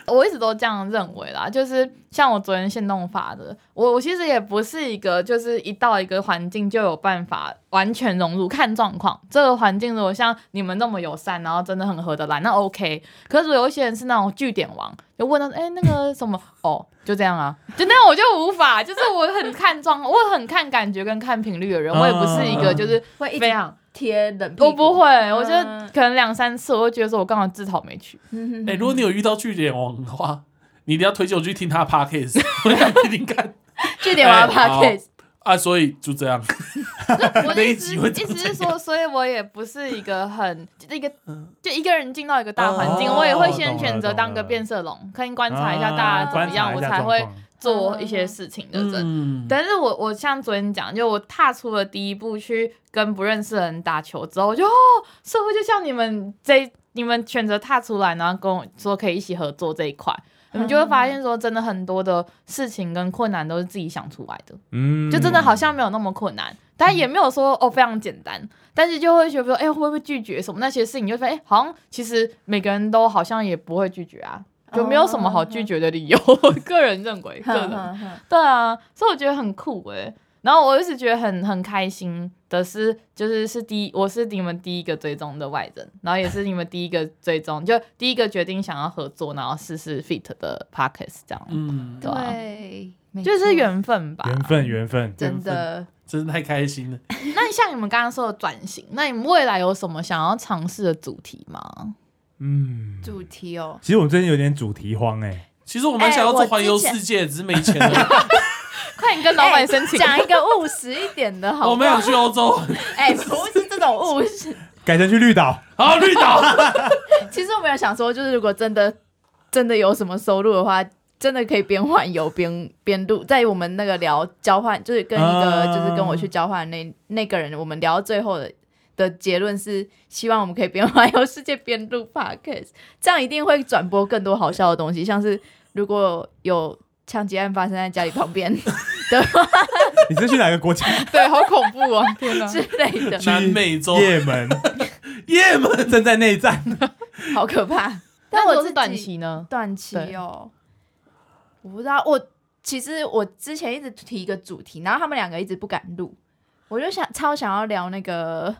我一直都这样认为啦，就是像我昨天现动法的，我我其实也不是一个就是一到一个环境就有办法完全融入，看状况。这个环境如果像你们那么友善，然后真的很合得来，那 OK。可是如果有一些人是那种据点王，就问到哎、那个什么哦就这样啊，就那样我就无法，就是我很看状，我很看感觉跟看频率的人，我也不是一个就是会一非嗯直常。贴冷屁我不 会，我觉得嗯可能两三次，我就觉得说我刚好自讨没趣。嗯哎、如果你有遇到据点王的话，你一定要推荐我去听他的 podcast，我想听听看据点王哎好 podcast，啊。所以就这样，我的 那一意集思会意长思是怎说，所以我也不是一个 很就是一个嗯就一个人进到一个大环境，哦我也会懂先了选择懂当个了变色龙，可以观察一下哦大家怎啊观么察样，一我下才状会况做一些事情的人。嗯，但是我我像昨天讲，就我踏出了第一步去跟不认识的人打球之后，我就哦，社会就像你们这你们选择踏出来，然后跟我说可以一起合作这一块，你们就会发现说，真的很多的事情跟困难都是自己想出来的。嗯就真的好像没有那么困难，但也没有说哦非常简单，但是就会觉得说，哎、会不会拒绝什么那些事情，你就发现，哎、好像其实每个人都好像也不会拒绝啊，就没有什么好拒绝的理由。我 个人认为，个哼人哼哼对啊，所以我觉得很酷哎、然后我一直觉得很很开心的是，就是是第一，我是你们第一个追踪的外人，然后也是你们第一个追踪，就第一个决定想要合作，然后试试 fit 的 pockets 这样，嗯，对啊 对，没就是错缘分吧，缘分缘分。真的。真的太开心了。那像你们刚刚说的转型，那你们未来有什么想要尝试的主题吗？嗯，主题哦，其实我最近有点主题荒哎、其实我蛮想要做环游世界，只是没钱 了。 快点跟老板申请。哎讲一个务实一点的， 好我不们好？想去欧 洲，哎，不是这种务实。改成去绿岛。 好绿 岛。 其实我们有想说，就是如果真的真的有什么收入的话，真的可以边环游边边录。在我们那个聊交换，就是跟一个、啊就是跟我去交换的那那个人，我们聊到最后的的结论是，希望我们可以边环游世界边录 podcast，这 样一定会转播更多好笑的东西，像是如果有枪击案发生在家里旁 边你是去哪个国家？对，好恐怖啊！ 天 哪之类的，南美洲也 门，耶门，正在 内战。 好可 怕。但我我自是己短期呢，短期对哦，我不知道。我其实我之前一直提一个主题，然后他们两个一直不敢录，我就想超想要聊那个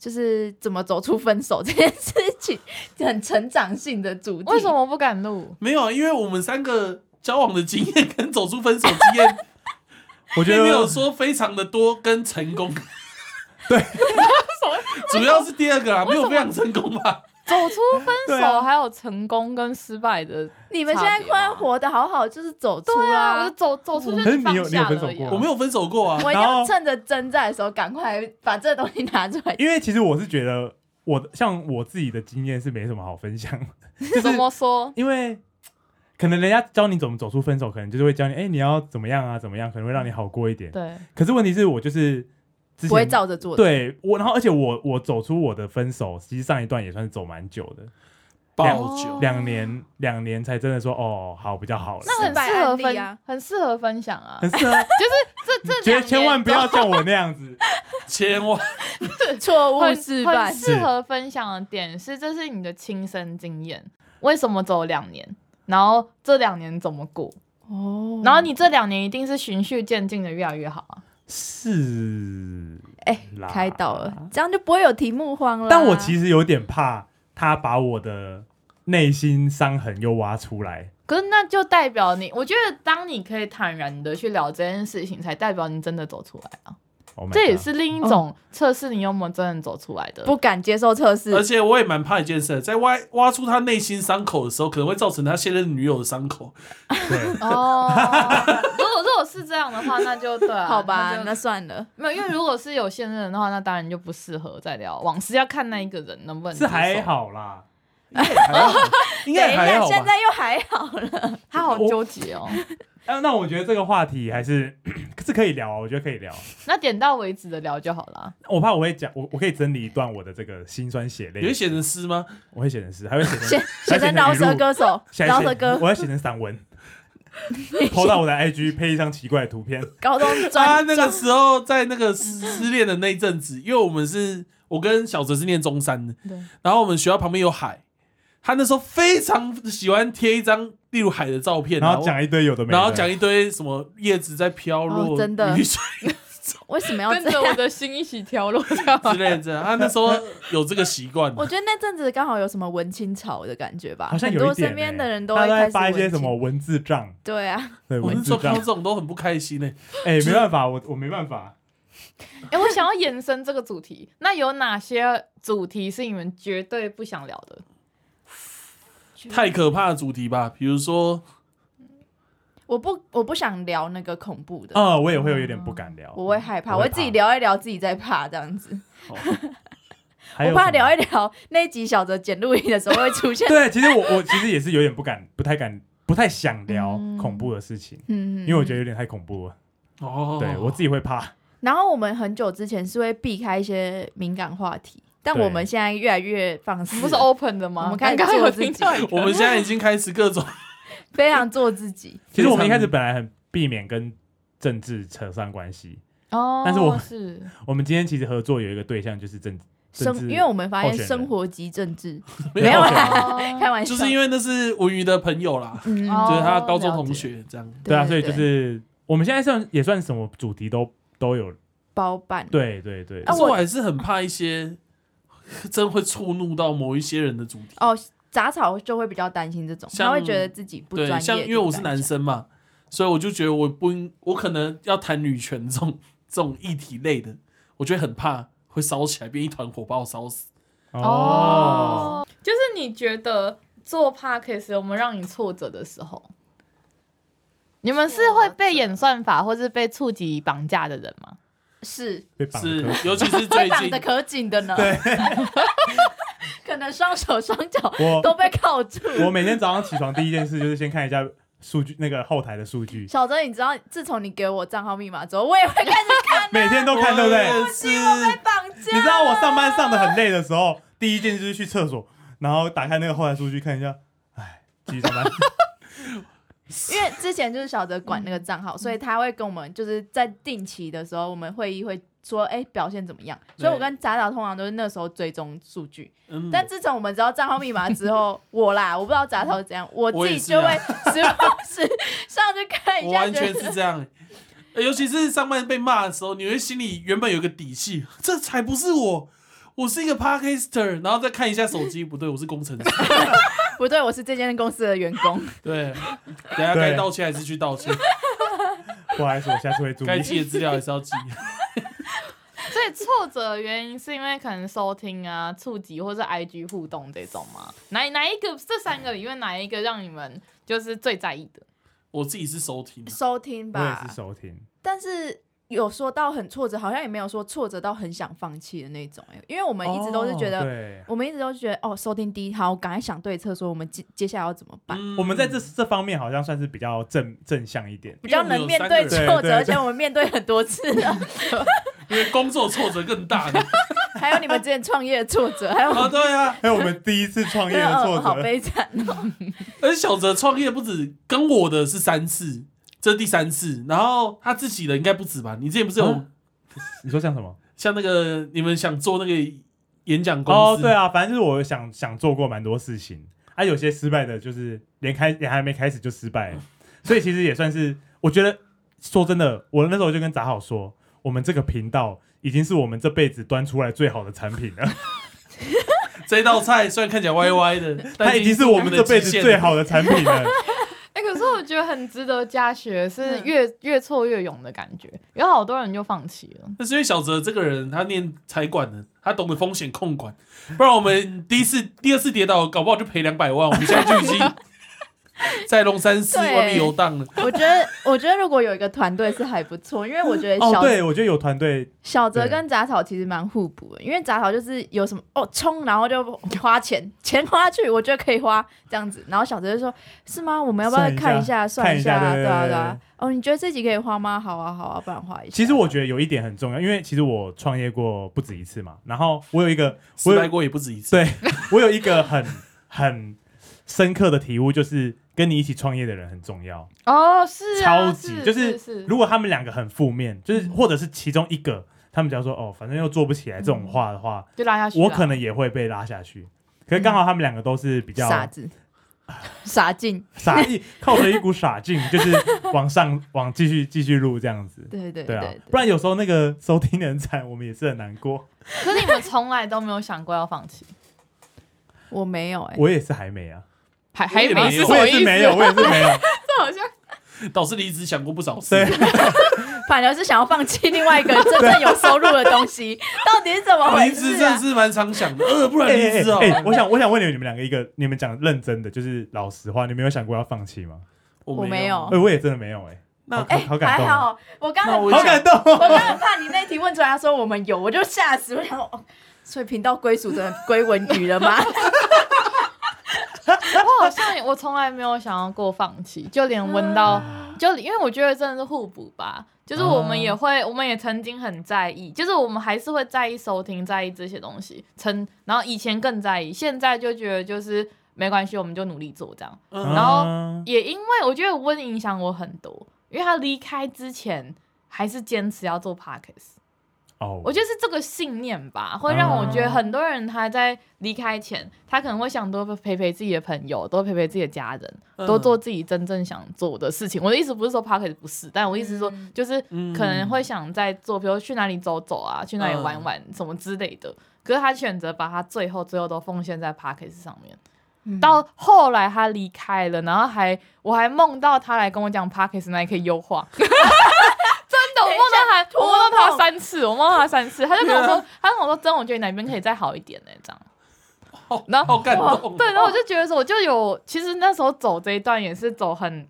就是怎么走出分手这件事情，很成长性的主题。为什？么不敢录？没有，因为我们三个交往的经验跟走出分手经验， 我觉并得没有说非常的多跟成功。 对，主要是第二个啊啦，没有非常成功吧？走出分 对手啊还有成功跟失败的，你们现在快活的好好，就是走出对啊，我啦、就走走出可就是哎你放有你有下分手了呀过我没有分手过啊。我一定然要后趁着真在的时候，赶快把这东西拿出来。因为其实我是觉得我的像我自己的经验是没什么好分享， 就是怎么说？因为可能人家教你怎么走出分手，可能就是会教你，哎、你要怎么样啊，怎么样，可能会让你好过一点。对，可是问题是我就是之不会前照着做的。对我，然后而且我我走出我的分手，其实上一段也算是走蛮久的，爆哦酒，两年两年才真的说哦好比较好了。那很失败适合案例分，啊很适合分享啊。很适合， 这这绝两千年万不要像我那样子。千万错误很示很范。适合分享的点是，这是你的亲身经验。为什么走两年？然后这两年怎么过？哦然后你这两年一定是循序渐进的，越来越好啊。是，哎啦开导了，这样就不会有题目荒了。但我其实有点怕他把我的内心伤痕又挖出来。可是那就代表你，我觉得当你可以坦然的去聊这件事情，才代表你真的走出来啊。 Oh my 这也 god 是另一种测试你有没有真的走出来 的。不敢接受测而试，且我也蛮怕一件事，在挖挖出他内心伤口的时候，可能会造成他现任女友的伤口。对，哦，如果如果是这样的话，那就对啊， 好吧，那那就算了。没有，因为如果是有现任的话，那当然就不适合再聊往事，要看那一个人能不能是还接受，好啦。应该也还等一下，好吧应该也还好现吧？在又还好了。他好纠结哦。啊，那我觉得这个话题还是 是可以聊啊，我觉得可以聊。那点到为止的聊就好啊啦。我怕我会讲，我我可以整理一段我的这个辛酸血你泪会，写成诗吗？我会写成诗，还会写成写写成饶舌歌手，写饶舌歌，歌，我要写成散文，投到我的 IG 配一张奇怪的图片。 高中 啊，专那个时候在那个失失恋的那一阵子，因为我们是我跟小哲是念中山的，对，然后我们学校旁边有海，他那时候非常喜欢贴一张例如海的照片，然后讲一堆有的没的，然后讲一堆什么叶子在飘落，哦真的雨水为什么要跟这着我样？的心一起飘落，这样吗之类的。啊他那时候有这个习 惯，我觉得那阵子刚好有什么文青潮的感觉吧，好像很有多一点欸、身边的人都大会家都开在始发一些文什青么文字障，对啊，对我文是字说看障到这，种都很不开心呢、 哎、没办法，我我没办法。哎、我想要延伸这个主题，那有哪些主题是你们绝对不想聊的？太可怕的主题吧，比如说我不我不想聊那个恐怖的，啊、我也会有一点不敢聊，我会害怕，我我会会自己怕聊一聊，自己再怕这样子。还有我怕什么聊一聊那一集小泽剪录音的时候会出现， 对，其实我我其实也是有点不敢，不太敢，不太想聊嗯恐怖的事情，嗯，因为我觉得有点太恐怖了。哦，对我自己会怕，然后我们很久之前是会避开一些敏感话题，但对我们现在越来越放我肆们了，不是 open 的吗？我们开始刚刚有做自己听到一 个，我们现在已经开始各种，非常做自 己。 其实我们一开始本来很避免跟政治扯上关系，哦，但是我是我们今天其实合作有一个对象就是政治，生政，治因为我们发现候选人生活及政治，没有啊 有啦啦， 开玩笑，就是因为为那是文娱的朋友啦，嗯，哦就是他高中同学这样。对啊，所以对就是我们现在算也算什么主题都都有，包办，对对对，啊但是我我还是很怕一些 真会触怒到某一些人的主题。哦，杂草就会比较担心这种，像他会觉得自己不专对，业，像因为我是男生嘛，所以我就觉得我不应，我可能要谈女权这种 这种议题类的，我觉得很怕会烧起来，变一团火把我烧死。哦，，就是你觉得做 podcast 我们让你挫折的时候，你们是会被演算法或是被触及绑架的人吗？ 是被绑是得可，尤其是 会 最绑近得可紧的呢，对， 可能双手双脚都我被铐住。 我每天早上起床第一件事就是先看一下数据，那个后台的数据，小泽，你知道，自从你给我账号密码之后，我也会开始每天都看，对不对？啊我也是绑架。 你知道我上班上的很累的时候，第一件就是去厕所，然后打开那个后台数据看一下，哎，继续上班。因为之前就是小泽管那个账号，嗯所以他会跟我们就是在定期的时候，我们会议会说，哎、表现怎么样？对所以我跟杂草通常都是那时候追踪数据。嗯，但自从我们知道账号密码之后，我啦，我不知道杂草怎样，我我自也己是就啊会时不时上去 看一我下，完觉全得是这样、欸尤其是上班被骂的时候，你会心里原本有个底气，这才不是我，我是一个 podcaster，然后再看一下手机，不对，我是工程师。不对，我是这间公司的员 工。对，等下该道歉还是去道歉， 不好意思，我下次会注该意。记的资料还是要记。 所以挫折的原因是因为可能收听啊、触及或是 IG 互动这种吗？哪哪一个这三个里面哪一个让你们就是最在意的？我自己是收听，收听我也吧是，收听，但是有说到很挫折，好像也没有说挫折到很想放弃的那种、欸，因为我们一直都是哦觉得，哦对。我们一直都觉得哦，收听低，好，我赶快想对策，说我们接接下来要怎么办，嗯啊我们在这这方面好像算是比较正正向一点，比较能面对对挫折，对对而且我们面对很多 次了，因为工作挫折更大呢还有你们之前创业的挫折，还有我啊，们对啊，还有我们第一次创业真的的 哦挫好折，悲惨哦，而且小哲创业不止跟我的是三次，这是第三次，然后他自己的应该不止吧？你之前不是有啊你说像什么？像那个你们想做那个演讲公哦，司？对啊，反正就是我想想做过蛮多事情，啊，有些失败的就是连开也还没开始就失败了，所以其实也算是我觉得说真的，我那时候就跟杂好说，我们这个频道已经是我们这辈子端出来最好的产品 了， 这道菜虽然看起来歪歪 的，它但已经是我们这辈子最好的产品了。哎、可是我觉得很值得嘉许的是越越挫越勇的感觉，有好多人就放弃了。那是因为小哲这个人，他念财管的，他懂得风险控管，不然我们第一次、第二次跌倒，搞不好就赔两百万。我们现在就已经 在龙山寺对外面游荡了。我觉得，我觉得如果有一个团队是还不错，因为我觉得哦，小对，我觉得有团队小泽对跟杂草其实蛮互补的，因为杂草就是有什么哦冲，然后就花钱， 钱花去，我觉得可以花这样子。然后小泽就说：“是吗？我们要不要算一下看一下，算看一下下啊？对对啊，对对啊。哦，你觉得这集可以花吗？好啊，好啊，不然花一下。”其实我觉得有一点很重要，因为其实我创业过不止一次嘛，然后我有一个失我有败过也不止一次。对我有一个很很深刻的体悟，就是跟你一起创业的人很重要。哦，是超啊，级，是就是是如果他们两个很负面，嗯就是或者是其中一个，他们只要说哦，反正又做不起来这种话的话，嗯就拉下啊去了。啊我可能也会被拉下去。可是刚好他们两个都是比较傻子， 傻劲，傻一，靠着一股傻劲， 就是往上往继续继续录这样子。对对对啊对，，不然有时候那个收听人惨，我们也是很难过。可是你们从来都没有想过要放弃，我没有哎，我也是还没啊，还还我没也没什有我么也意是思？没有，我也是没有。这好像导师离职想过不少次对，，反而是想要放弃另外一个真正有收入的东西，到底是怎么回离职事真啊？哦是蛮常想的。呃，不然哎离职哦。哎哎我想我想问你们，你们两个一个，你们讲认真的，就是老实话，你们有想过要放弃吗？我我没有哎、我也真的没有、哎，那好哎，好感还动哦，好，我刚那刚我好感动哦。我刚很怕你那题问出来，他说我们有，我就吓死，我想说，哦、所以频道归属的归文宇了 吗？我好像也我从来没有想要过放弃，就连闻到，啊嗯就因为我觉得真的是互补吧。就是我们也会，我们也曾经很在意，就是我们还是会在意收听，在意这些东西。曾然后以前更在意，现在就觉得就是没关系，我们就努力做这样。嗯然后嗯也因为我觉得温影响我很多，因为他离开之前还是坚持要做 podcast。哦，我觉得是这个信念吧，会让我觉得很多人他在离开前，他可能会想多陪陪自己的朋友，多陪陪自己的家人，嗯多做自己真正想做的事情。我的意思不是说 p o c k e t 不是，但我意思是说嗯就是嗯可能会想在做，比如去哪里走走啊，去哪里玩玩什么之类的。可是他选择把他最后最后都奉献在 p o c k e t 上面。嗯到后来他离开了，然后还我还梦到他来跟我讲 p a r k e s 那里可以优化， 真的，我梦到他，托我哦梦梦到他三次，我梦到他三次，他就跟我啊说，他跟我说，真的，我觉得你哪边可以再好一点呢、欸这样。然好后感动。哦对，然后我就觉得说，我就有，其实那时候走这一段也是走很。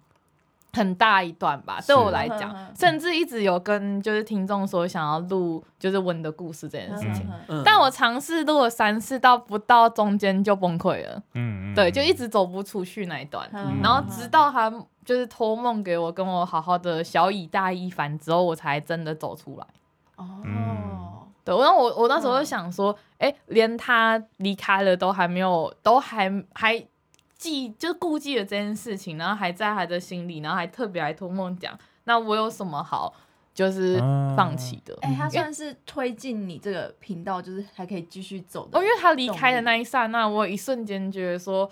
很大一段吧，对我来嗯嗯讲嗯，甚至一直有跟就是听众说想要录就是文的故事这件事情，嗯但我尝试录了三次，到不到中间就崩溃了。嗯嗯对，就一直走不出去那一段，嗯然后直到他就是托梦给我，跟我好好的小以大一番之后，我才真的走出来。嗯嗯哦，对，然后我我那时候就想说，哎、连他离开了都还没有，都还还记，就是顾忌了这件事情，然后还在他的心里，然后还特别来托梦讲，那我有什么好就是啊放弃的？哎、他算是推进你这个频道，就是还可以继续走的。哦，因为他离开的那一刹那，我有一瞬间觉得说，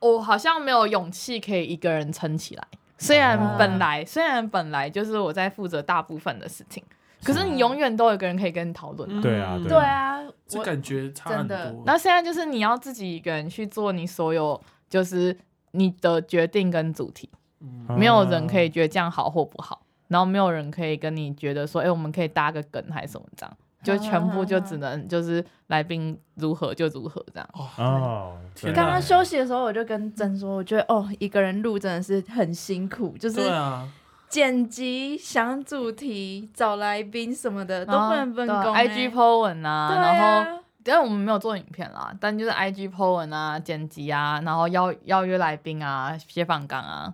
我好像没有勇气可以一个人撑起来。虽然哦本来、虽然本来就是我在负责大部分的事情，可是你永远都有一个人可以跟你讨论啊、对啊嗯对啊，这我感觉差很真的多。那现在就是你要自己一个人去做你所有，就是你的决定跟主题，嗯啊没有人可以觉得这样好或不好，然后没有人可以跟你觉得说，哎、我们可以搭个梗还是什么这样，嗯就全部就只能就是来宾如何就如何这样。哦，天对刚哪刚休息的时候，我就跟珍说，我觉得哦，一个人录真的是很辛苦，就是对啊，剪辑、想主题、找来宾什么哎的都然后不能分对啊工欸、 ，IG po 文啊，对然后啊，但我们没有做影片啦，但就是 IG po 文啊、剪辑啊，然后邀邀约来宾啊、写访纲啊，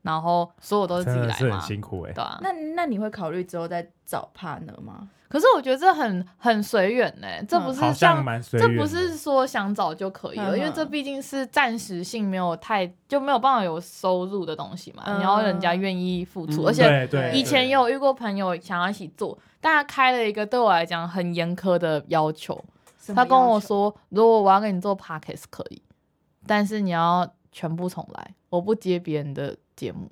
然后所有都是自己真的来是很嘛，辛苦哎、对啊。那那你会考虑之后再找 partner 吗？可是我觉得这很很随缘呢，这不是嗯好像像、蛮随这缘的，不是说想找就可以了，嗯因为这毕竟是暂时性没有太就没有办法有收入的东西嘛，嗯你要人家愿意付出，嗯而且对对，以前也有遇过朋友想要一起做，但他开了一个对我来讲很严苛的要求，什么他跟我要求，说，如果我要跟你做 podcast 可以，但是你要全部重来，我不接别人的节 目，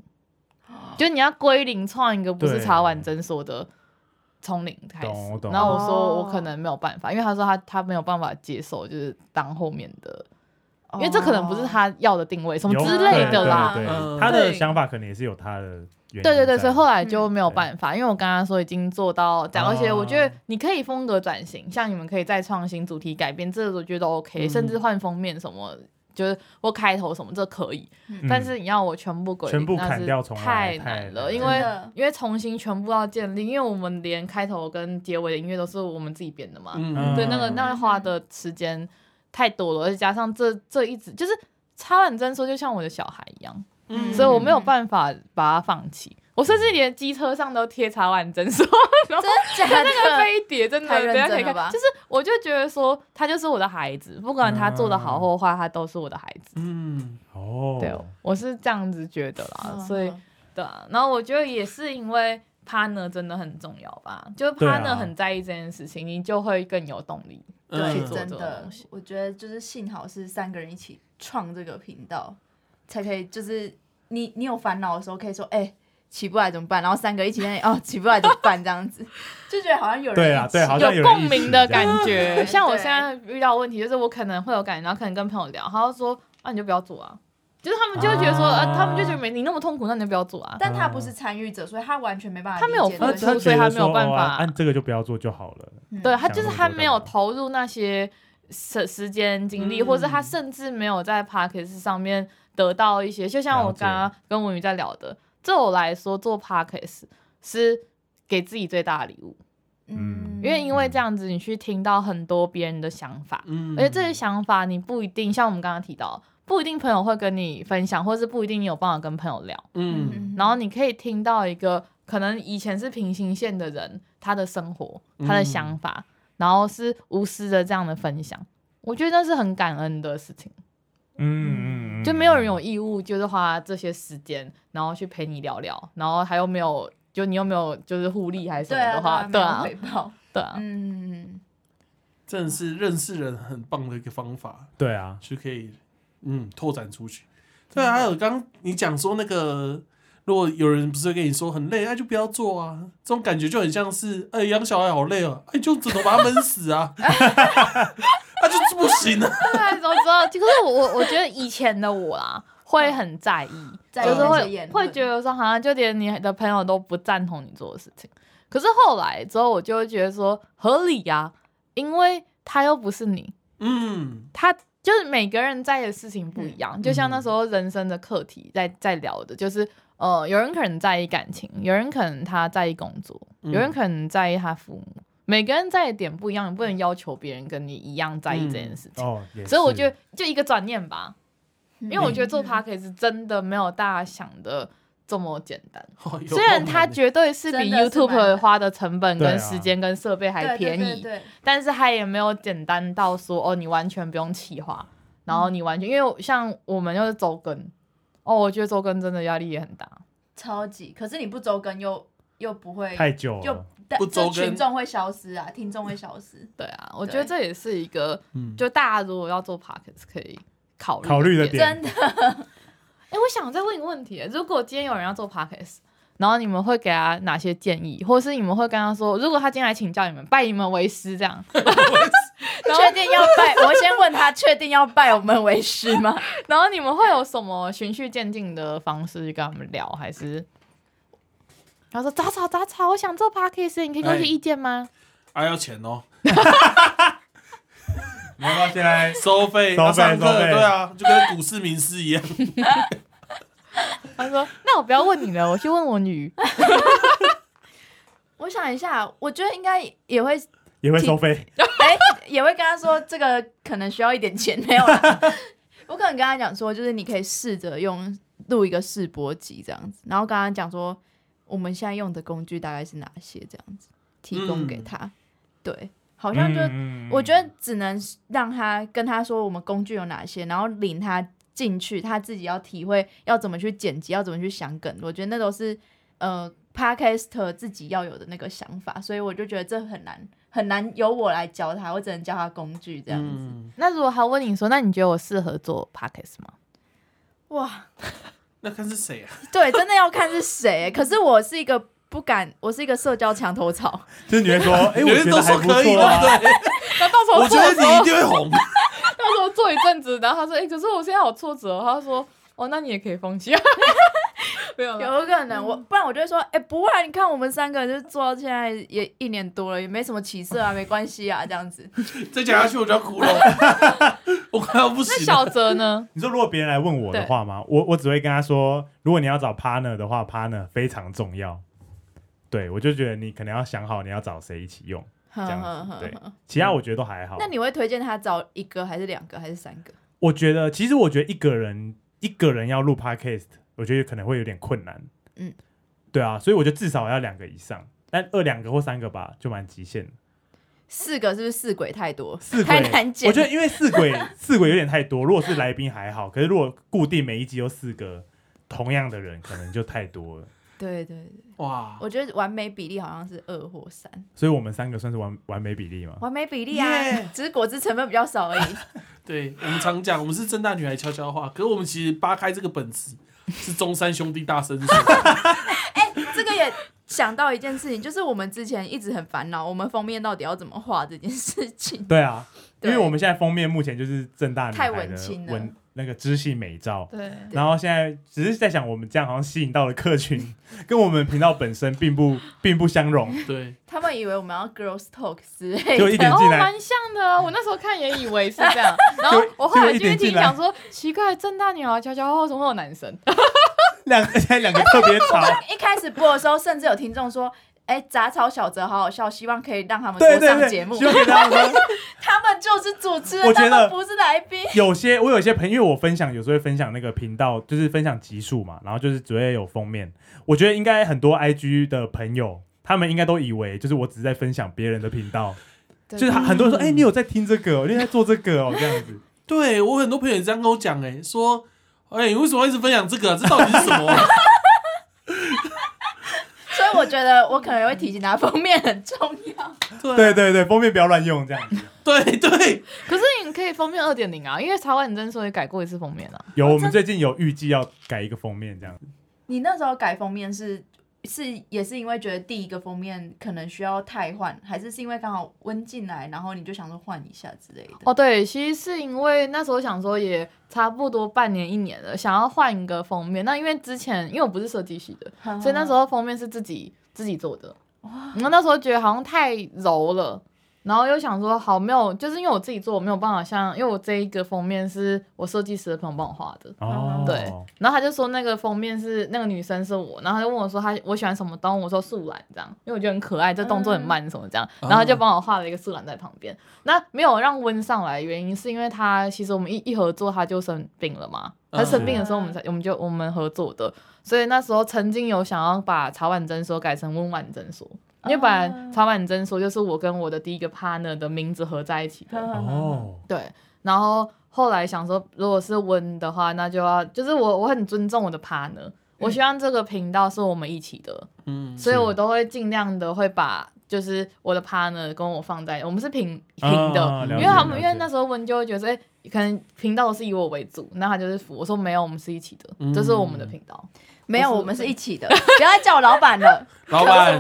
就你要归零，创一个不是对茶碗诊所的从零开懂始我。懂然后我说哦我可能没有办法，因为他说他他没有办法接受，就是当后面的，因为这可能不是哦他要的定位什么有之类的啦。对对对嗯他的对想法可能也是有他的原因对对对，在所以后来就没有办法，因为我刚刚说已经做到这样，哦而且我觉得你可以风格转型，像你们可以再创新、主题改变，这个我觉得 OK，、嗯甚至换封面什么，就是或开头什么，这可以。嗯但是你要我全部鬼，全部砍掉那是重来太太难难了，了因真为的因为重新全部要建立，因为我们连开头跟结尾的音乐都是我们自己编的嘛，嗯，对，那个那花的时间太多了，而且加上这这一直就是插完针说，就像我的小孩一样。嗯所以我没有办法把它放弃。我甚至连机车上都贴查万针 说，然后真的 假那个的？飞碟真的，太等认一下可以真了吧看。就是我就觉得说，他就是我的孩子，不管他做的好嗯或坏，他都是我的孩子。嗯，哦，对，我是这样子觉得啦，哦嗯所以对啊。然后我觉得也是因为 partner 真的很重要吧，就是对啊 partner 很在意这件事情，你就会更有动力。去嗯对，做嗯真这种的东西，我觉得就是幸好是三个人一起创这个频道，才可以就是你你有烦恼的时候可以说，哎、起不来怎么办？然后三个一起在那里哦，起不来怎么办？这样子就觉得好像有人对一啊起对好像有有人一共起鸣的感这觉。样像我对现在遇到问题，就是我可能会有感觉，然后可能跟朋友聊，他就说啊，你就不要做啊。就是他们就会觉得说，啊呃，他们就觉得没你那么痛苦，那你就不要做啊。但他嗯不是参与者，所以他完全没办法他理没有解这他个付出事情。他所以他没有觉得说办法哦啊按这个就不要做就好了，嗯对啊他就想是那么他多没干有嘛投入那些时时间精力，嗯或者他甚至没有在 p a r k e s 上面得到一些，就像我嗯了解刚刚跟文宇在聊的，对我来说做 p a r k e s 是给自己最大的礼物，嗯因为因为这样子你去听到很多别人的想法，嗯而且这些想法你不一定像我们刚刚提到，不一定朋友会跟你分享，或是不一定你有办法跟朋友聊。嗯，然后你可以听到一个可能以前是平行线的人，他的生活、嗯他的想法，然后是无私的这样的分享。我觉得那是很感恩的事情，嗯嗯，嗯就没有人有义务就是花这些时间，然后去陪你聊聊，然后还有没有就你有没有就是互利还是什对么的话，啊，对啊没有，回 报，对啊， 嗯，真的是认识人很棒的一个方法。对啊，是可以嗯拓展出去。对啊，还有刚你讲说那个，如果有人不是会跟你说很累，那、就不要做啊，这种感觉就很像是，哎、养小孩好累哦、啊，哎、就用枕头把它闷死啊， 那、就是不行啊。对啊，怎么知道？ 可是我我我觉得以前的我啦，会很在意，在就意是那些会言论会觉得说，好像就连你的朋友都不赞同你做的事情。可是后来之后，我就会觉得说合理呀、因为他又不是你，嗯，他就是每个人在意的事情不一样。就像那时候人生的课题在在聊的，就是呃，有人可能在意感情，有人可能他在意工作，嗯有人可能在意他父母。每个人在意的点不一样，你不能要求别人跟你一样在意这件事情。哦，也所以我是觉得就一个转念吧，因因为我觉得做 p a c a s 真的没有大家想的这么简单。哦有虽然它够难绝对是比真的是蛮 YouTube 花的成本、对啊跟时间、跟设备还便宜，对，但是它也没有简单到说哦，你完全不用企划，然后你完全因为像我们又是周更，哦，我觉得周更真的压力也很大。超级。可是你不周更又又不会，太久又了，但不周就群更众会消失啊，听众会消失。对啊，我对觉得这也是一个，嗯就大家如果要做 p a c a s 可以考虑考虑的点点真的，哎、我想再问一个问题，如果今天有人要做 podcast，然后你们会给他哪些建议，或是你们会跟他说，如果他进来请教你们，拜你们为师这 样。然后确定要 拜？我先问他，确定要拜我们为师吗？然后你们会有什么循序渐进的方式去跟他们聊，还是？然后说杂草杂草，我想做 podcast，你可以给我一些哎意见吗？啊，要钱哦，你要不要先来？收费，收费要上课，收费对啊，就跟股市名师一样，他说：“那我不要问你了，我去问我女。 我想一下，我觉得应该也会，也会收费，哎、也会跟他说这个可能需要一点钱，没有啦。我可能跟他讲说，就是你可以试着用录一个试播集这样子，然后跟他讲说我们现在用的工具大概是哪些这样子，提供给他。对，好好像就、嗯我觉得只能让他跟他说我们工具有哪些，然后领他进去，他自己要体会要怎么去剪辑，要怎么去想梗。我觉得那都是呃 podcaster 自己要有的那个想法，所以我就觉得这很难很难由我来教他，我只能教他工具这样子。嗯，”那如果他问你说：“那你觉得我适合做 podcast 吗哇，那看是谁啊？对，真的要看是谁。欸可是我是一个不敢，我是一个社交墙头草。就是你会 说，哎，你我们觉都得还说不可以，对错不 啊，对？？”那到时候我觉得你一定会红，到时候做一阵子，然后他说：“哎、可是我现在好挫折哦。”他说：“哦，那你也可以放弃。” 没有了。 有可能我，不然我就会说，哎、不会、啊，你看我们三个就是做到现在也一年多了，也没什么起色啊，没关系啊，这样子。再讲下去我就要哭 了，我快要不那行了。小泽呢？你说如果别人来问我的话吗？我我只会跟他说，如果你要找 partner 的话，partner 非常重要。对，我就觉得你可能要想好你要找谁一起用，这样子对其他我觉得都还好。嗯那你会推荐他找一个还是两个还是三个？我觉得，其实我觉得一个人一个人要录 podcast，我觉得可能会有点困难。嗯嗯，对啊，所以我就至少要两个以上，但二两个或三个吧，就蛮极限的。四个是不是四鬼太多？四鬼太难剪。我觉得因为四鬼四鬼有点太多，如果是来宾还好，可是如果固定每一集有四个同样的人，可能就太多了。对对对，哇，我觉得完美比例好像是二或三，所以我们三个算是完完美比例嘛。完美比例啊 Yeah 只是果汁成分比较少而已。 对我们常讲，我们是正大女孩悄悄话，可是我们其实扒开这个本质，是中山兄弟大 声说。这个也想到一件事情，就是我们之前一直很烦恼，我们封面到底要怎么画这件事情。对啊， 因对为我们现在封面目前就是正大女孩太文的青了文那个知性美照， 对，对然后现在只是在想，我们这样好像吸引到了客群， 跟我们频道本身并不并不相容， 对，他们以为我们要 girls talk 之类就的，一点然后进来，蛮像的啊，我那时候看也以为是这 样，然后我后来就一听讲说，奇怪，正大女孩悄悄话为什哦么会有男生？ 两个现在两个特别我 吵们，一开始播的时候，甚至有听众说：“哎、杂草小泽好好笑，希望可以让他们对多对上对，节目。希望给大家说， 他们就是主持人，我觉他得们不是来宾。有些我有些朋友，因为我分享有时候会分享那个频道，就是分享集数嘛，然后就是只会有封面。我觉得应该很多 IG 的朋友，他们应该都以为就是我只是在分享别人的频道，就是他很多人说，哎、你有在听这个、哦，你有在做这个哦，这 样子。对我很多朋友也这样跟我讲，哎，说，哎、你为什么一直分享这个啊、这到底是什 么啊、所以我觉得我可能会提醒他，封面很重要。对啊对对对，封面不要乱用 这样子。对对，可是你可以封面二点零啊，因为茶碗真所以改过一次封面啊。有，我们最近有预计要改一个封面这样子。你那时候改封面是是也是因为觉得第一个封面可能需要汰换，还是是因为刚好温进来，然后你就想说换一下之类的？ 哦，对，其实是因为那时候想说也差不多半年一年了，想要换一个封面。那因为之前因为我不是设计系的，哦所以那时候封面是自己自己做的。然后那时候觉得好像太柔了，然后又想说好没有，就是因为我自己做，我没有办法像，因为我这一个封面是我设计师的朋友帮我画的。哦，对，然后他就说那个封面是那个女生是我，然后他就问我说他我喜欢什么动物，我说素兰这样，因为我觉得很可爱，这动作很慢什么这样，然后他就帮我画了一个素兰在旁边。那没有让温上来，原因是因为他其实我们一一合作他就生病了嘛，嗯他生病的时候我们才我们就我们合作的，所以那时候曾经有想要把茶碗蒸说改成温婉蒸说。因为本来茶碗蒸说就是我跟我的第一个 partner 的名字合在一起的，哦，对，然后后来想说，如果是温的话，那就要就是我我很尊重我的 partner，、我希望这个频道是我们一起的，嗯，所以我都会尽量的会把就是我的 partner 跟我放在，我们是平平的，啊了因为解他们了因为解那时候温就会觉得说，哎、可能频道是以我为主，那他就是服，我说没有，我们是一起的，这是我们的频道，没有，不是我们是一起的，不要再叫我老板了。老板，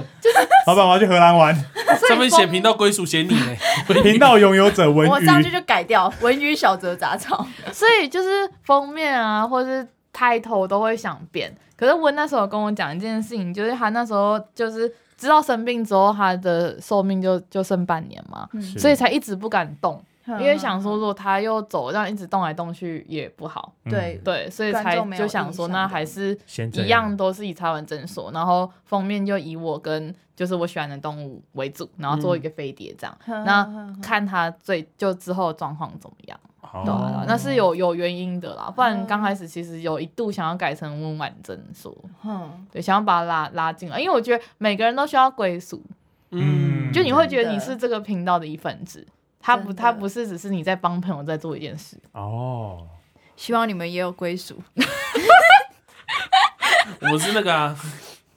老板，我要去荷兰玩， 上面写频道归属哎写你 嘞，频道拥有者文我娱上去就改掉“文娱小泽杂草所以就是封面啊，或是 title 都会想变。可是温那时候跟我讲一件事情，就是他那时候就是知道生病之后，他的寿命就就剩半年嘛，是所以才一直不敢动，”，因为想说如嗯果他又走，这样一直动来动去也不好。嗯对对，所以观才众没有就想说，印象那的还是先这一样都是以台湾诊所，然后封面就以我跟就是我喜欢的动物为主，然后做一个飞碟这样，那看他最就之后的状况怎么样，好对啊哦对啊那是有有原因的啦，不然刚嗯开始其实有一度想要改成温婉诊所，嗯，对，想要把它拉拉进来，因为我觉得每个人都需要归属，嗯就你会觉得你真的是这个频道的一份子，他不真的他不是只是你在帮朋友在做一件事，哦，希望你们也有归属。我们是那个啊，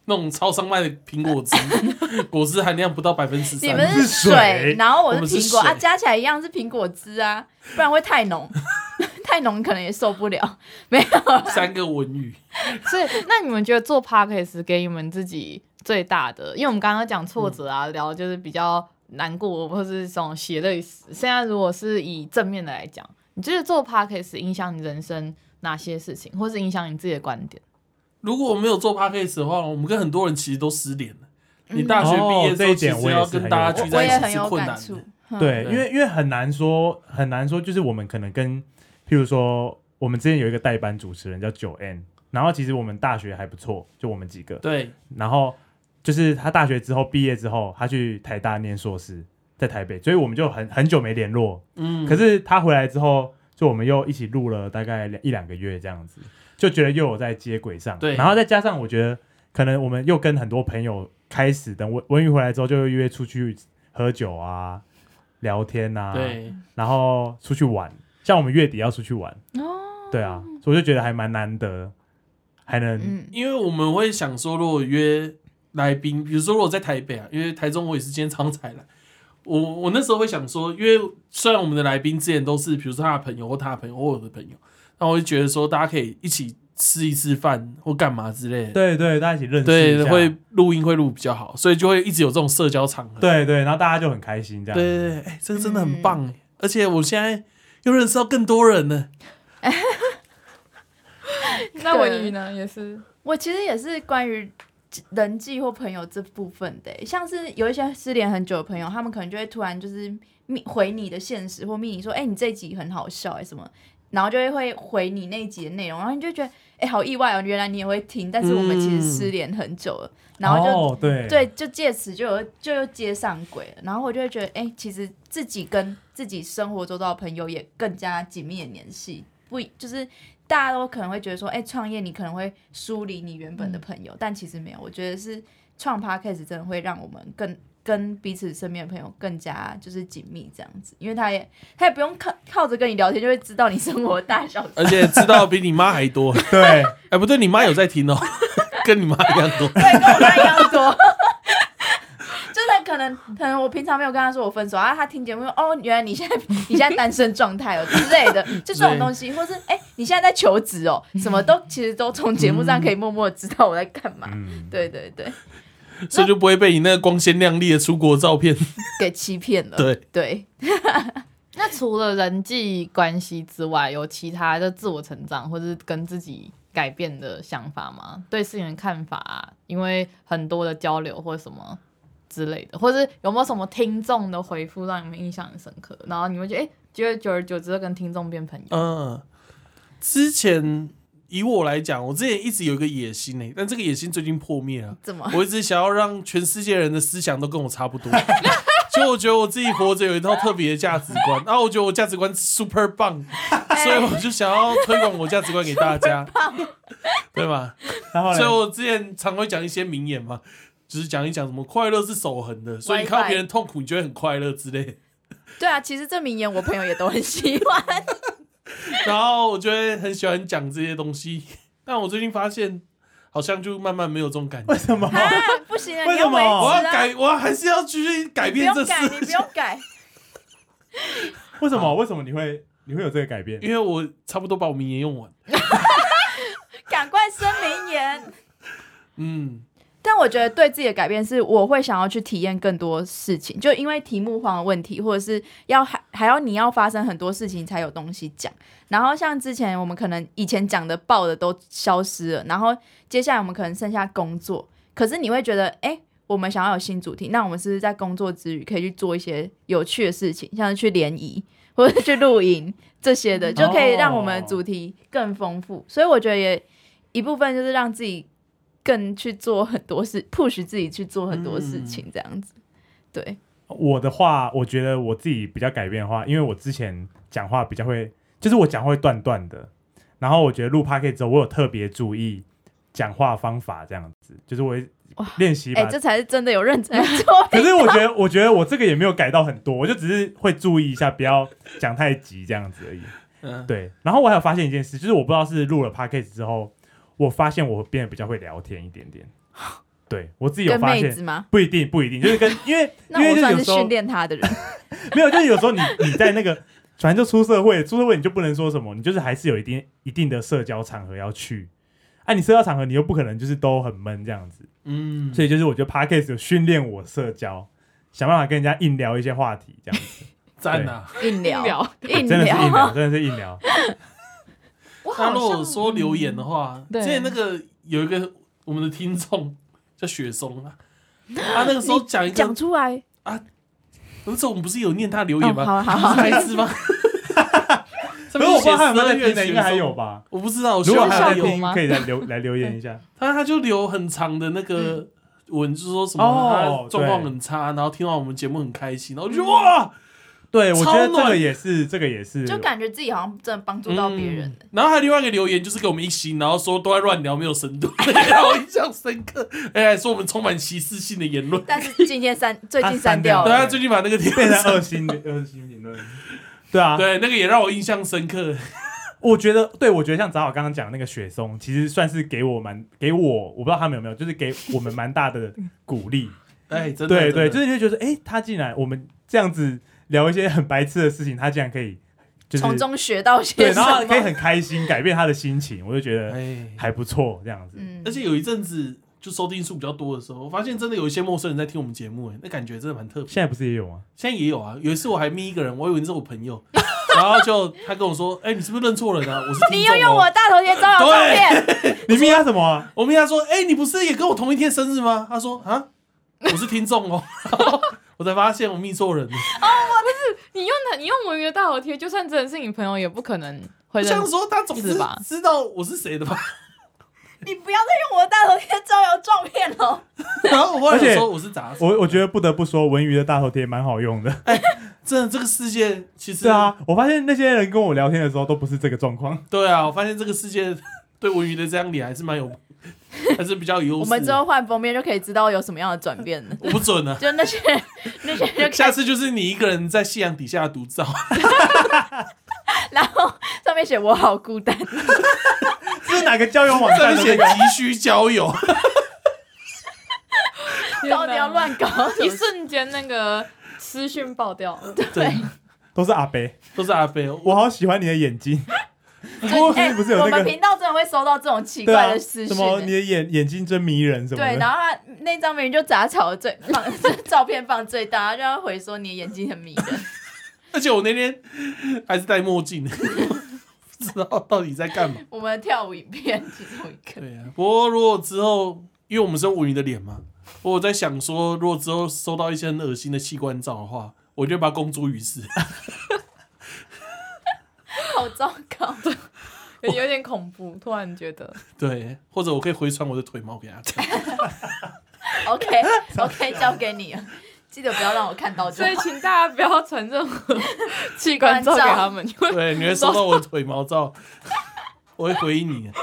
那种超商卖的苹果 汁，果汁含量不到百分之你三。们是是水水，然后我我们是是苹果啊，水加起来一样是苹果汁啊，不然会太浓， 太浓可能也受不了。没有啦，三个文语，所以，那你们觉得做 podcast 给你们自己最大的？因为我们刚刚讲挫折啊，聊就是比较难过，或是这种血泪史。现在如果是以正面的来讲，你觉得做 podcast 影响你人生哪些事情，或是影响你自己的观点？如果我没有做 podcast 的话，我们跟很多人其实都失联了。你大学毕业哦这一之点后，其实我也是要很有跟大家嗯聚我在也一起很是有困难感的触。。嗯，对，对因为因为很难说很难说，就是我们可能跟，譬如说我们之前有一个代班主持人叫九 N，然后其实我们大学还不错，就我们几个，对，然后就是他大学之后毕业之后，他去台大念硕士，在台北，所以我们就很很久没联络。嗯，可是他回来之后，就我们又一起录了大概两一两个月这样子，就觉得又有在接轨上。对然后再加上我觉得可能我们又跟很多朋友开始，等文文宇回来之后，就又约出去喝酒啊、聊天啊，，对，然后出去玩。像我们月底要出去玩，哦，对啊，所以我就觉得还蛮难得，还能、嗯，因为我们会想说，如果约来宾，比如说如果在台北啊，因为台中我也是今天常才来，我我那时候会想说，因为虽然我们的来宾之前都是比如说他的朋友或他的朋友或我的朋友，那我会觉得说大家可以一起吃一次饭或干嘛之类的，对对，大家一起认识一对，下会录音会录比较好，所以就会一直有这种社交场合。对对，然后大家就很开心这样。对对对，哎、这个真的很棒哎、而且我现在又认识到更多人了。 那对文宇呢？也是我其实也是关于人际或朋友这部分的欸，像是有一些失联很久的朋友，他们可能就会突然就是密回你的现实或密你说，哎、你这一集很好笑哎、什么，然后就会会回你那一集的内容，然后你就觉得，哎、好意外哦，原来你也会听，但是我们其实嗯失联很久了，然后就哦、对对，就借此就有就又接上轨了，然后我就会觉得，哎、其实自己跟自己生活周遭的朋友也更加紧密的联系，不一就是大家都可能会觉得说，哎、创业你可能会疏离你原本的朋友，但其实没有，我觉得是创 podcast 真的会让我们更。跟彼此身边的朋友更加就是紧密这样子，因为他也他也不用靠靠着跟你聊天，就会知道你生活大小事。而且知道比你妈还 多。哎、对，不对，你妈有在听 哦、跟你妈一样多。对，跟我妈一样 多。就是可能可能我平常没有跟他说我分手啊，他听节目说哦，原来你现在你现在单身状态哦之类 的，就这种东西，或是哎、你现在在求职哦，什么都其实都从节目上可以默默地知道我在干嘛。嗯，对对对，所以就不会被你那个光鲜亮丽的出国照片。给欺骗了。对对，那除了人际关系之外，有其他的自我成长或是跟自己改变的想法吗？对事情的看法、啊因为很多的交流或什么之类的，或是有没有什么听众的回复让你们印象很深刻？然后你会觉得，哎、觉得久而久之就跟听众变朋友。嗯，之前以我来讲，我之前一直有一个野心呢、但这个野心最近破灭了。怎么？我一直想要让全世界人的思想都跟我差不多， 所以我觉得我自己活着有一套特别的价值观，啊然后我觉得我价值观 super 棒，所以我就想要推广我价值观给大家， 对吧？然后所以呢？我之前常会讲一些名言嘛，就是讲一讲什么快乐是守恒的，所以你看到别人痛苦，你就会很快乐之类的。对啊，其实这名言我朋友也都很喜 欢。然后我就会很喜欢讲这些东西，但我最近发现好像就慢慢没有这种感觉为。什么？啊，不行啊，为你要什么维持我要啊，改，我还是要继续改不变这用事改，你不情，用改，为什么？为什么你会你会有这个改变？因为我差不多把我名言用完。赶快声明言。嗯，但我觉得对自己的改变是，我会想要去体验更多事情，就因为题目荒的问题，或者是要还还要你要发生很多事情才有东西讲。然后像之前我们可能以前讲的爆的都消失了，然后接下来我们可能剩下工作，可是你会觉得，哎、我们想要有新主题，那我们是不是在工作之余可以去做一些有趣的事情，像是去联谊或者去露营这些的，就可以让我们的主题更丰富。所以我觉得也一部分就是让自己更去做很多事，push 自己去做很多事情，这样嗯子。对，我的话，我觉得我自己比较改变的话，因为我之前讲话比较会，就是我讲话会断断的。然后我觉得录 p o d c a s t 之后，我有特别注意讲话方法，这样子，就是我会哇练习哎、把。这才是真的有认真做。可是我觉得，我觉得我这个也没有改到很多，我就只是会注意一下，不要讲太急这样子而已。嗯对，然后我还有发现一件事，就是我不知道是录了 p o d c a s t 之后，我发现我变得比较会聊天一点点。对我自己 有跟发妹现子，吗？不一定，不一 定，就是跟因为因那为我就算有是时候训练他 的人，没有，就是有时候你你在那个，反正就出社会，出社会你就不能说什么，你就是还是有一定一定的社交场合要去。啊，你社交场合你又不可能就是都很闷这样子，嗯，所以就是我觉得 podcast 有训练我社交，想办法跟人家硬聊一些话题这样子，赞啊！硬硬聊，硬 真的是硬聊，聊，真的是硬聊。我那好如果像说留言的嗯话，对之前那个有一个我们的听众叫雪松 啊，他那个时候讲一 讲个，出来。不是我们不是有念他留哦，言吗？好好不是好，白痴吗？ 可可是我不知道他有没有在听的，应该还有吧？吧？我不知道，我如希果哦望还有他有在留听，吗可以再留来留言一下。他他就留很长的那嗯个文，就说什么哦他状况对很差，然后听完我们节目很开心，然后我嗯就觉得哇，对，我觉得超这暖个也是，这个也是，就 感觉自己好像真的帮助到别人嗯了。嗯然后还有另外一个留言就是给我们一星，然后说都在乱聊，没有深度， 让我印象深刻。哎、还说我们充满歧视性的言论。但是今天 删，最近删掉好对啊了，哦他最近把那个贴变上成二星二星评论。对啊，对，那个也让我印象深刻。我觉得，对我觉得像早好刚刚讲的那个雪松，其实算是给我蛮给我，我不知道他们有没有，就是给我们蛮大的鼓励。哎，真的，对对，就是是你会觉得，哎、他竟然我们这样子聊一些很白痴的事情，他竟然可以就是从中学到些什对，然后可以么？很开心，改变他的心情，我就觉得哎，还不错这样子。嗯而且有一阵子就收听数比较多的时候，我发现真的有一些陌生人在听我们节目，哎，那感觉真的蛮特别。现在不是也有吗？现在也有啊，有一次我还眯一个人，我以为是我朋 友，然后就他跟我说，哎，你是不是认错人啊？我是听你众又用哦我大头贴招摇撞骗，你密他什么啊、我们跟他说：“哎、你不是也跟我同一天生日吗？”他说：“啊，我是听众哦。”我才发现我密错人了。 你用的你用文娱大头贴，就算真的是你朋友，也不可能会我认想说他总是是吧知道我是谁的吧？ 你不要再用我的大头贴招摇撞骗了。然后我后来而且说我是杂我我觉得得不得不说，文娱的大头贴蛮好用嗯的。真的这个世界其实对，啊，我发现那些人跟我聊天的时候都不是这个状 况。对啊，我发现这个世界 对文娱的这张脸还是蛮有， 还是比较有优势的。我们之后换封面就可以知道有什么样的转变了。我不 准了、啊。就那些那些人就下看，次就是你一个人在夕阳底下独照，然后上面写我好孤单，这是哪个交友网上面站的写那个？急需交友， 到底要乱 搞什啊 一么？瞬间那个私讯爆掉，对，都是阿伯，都是阿飞。我我好喜欢你的眼 睛。就最近 不是有那哎我个们频道真的会收到这种奇对怪啊，的私什么讯。你欸的眼眼睛真迷人什么的。对，然后他那张明明就杂草的最放 照片放最大，然后回说你的眼睛很迷人。而且我那天还是戴墨镜， 不知道到底在干嘛。我们的跳舞影片其中一个，对啊，不过如果之后，因为我们是用文娱的脸嘛，我有在想说，如果之后收到一些很恶心的器官照的话，我就把它公诸于世。好糟糕。 有点恐怖，突然觉得对，或者我可以回传我的腿毛给他看。 OK OK，交给你了，记得不要让我看到 就所以好。请大家不要传任何器官照给他们，因为对，你会收到我的腿毛照， 我会回应你的。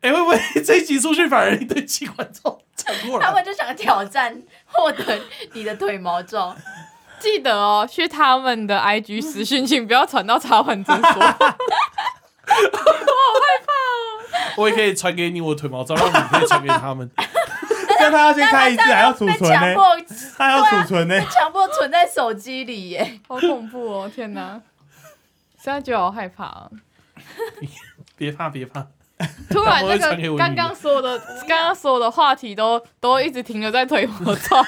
哎、会不会这一集出去反而一堆器官照传过他来？们就想挑战获得你的腿毛照，记得哦，去他们的 IG 私讯，请不要传到茶碗真说。我也可以传给你我的腿毛照，让你可以传给他们。但他 要先开一次，还要储被存强呢，迫啊他要储存欸呢。强迫存在手机里耶。 好恐怖哦！天哪，现在觉得好害怕、啊。别怕，别怕， 突然那我会传给个我刚女刚所有的刚刚所有的话题都都一直停留在腿毛照，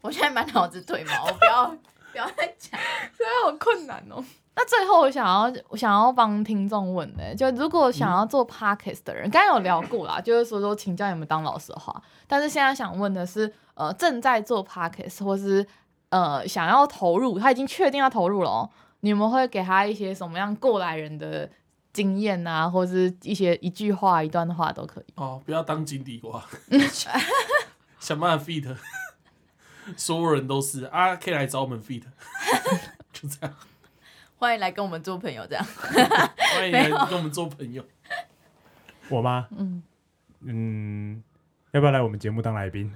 我现在满脑子腿毛，我不要不要再讲。真的好困难哦。 那最后我想要我想要帮听众问呢、就如果想要做 podcast 的人，刚刚有聊过啦，就是说说请教你们当老师的话，但是现在想问的是，呃，正在做 podcast 或是呃想要投入，他已经确定要投入了、哦，你们会给他一些什么样过来人的经验啊，或是一些一句话、一段话都可 以。哦，不要当井底蛙，想办法 fit，所有人都是啊，可以来找我们 fit，就这样，欢迎来跟我们做朋友，这样欢迎来跟我们做朋友。我吗？嗯嗯，要不要来我们节目当来宾？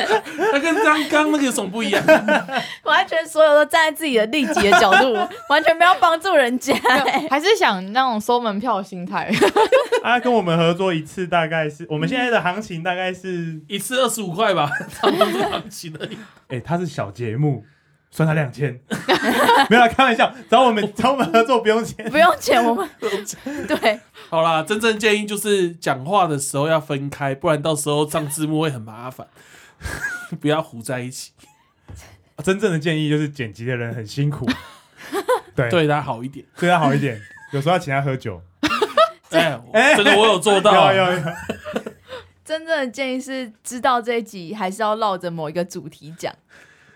那跟刚刚那个有什么不一样？完全所有都站在自己的利己的角 度，完全没有帮助人 家。还是想那种收门票的心态， 啊，跟我们合作一次大概是，我们现在的行情大概是，一次二十五块吧，差不多这样起而已。哎，它是小节目，算他两 千，没有啦，开玩笑，找我们找我们合作不用钱。 不用钱，我们对好啦，真正建议就是讲话的时候要分开，不然到时候上字幕会很麻烦， 不要糊在一起，真正的建议就是剪辑的人很辛 苦，对，对大家好一点。对他好一点， 有时候要请他喝 酒。哎哎，这个我有做有到，有 有，真正的建议是，知道这一集还是要绕着某一个主题讲。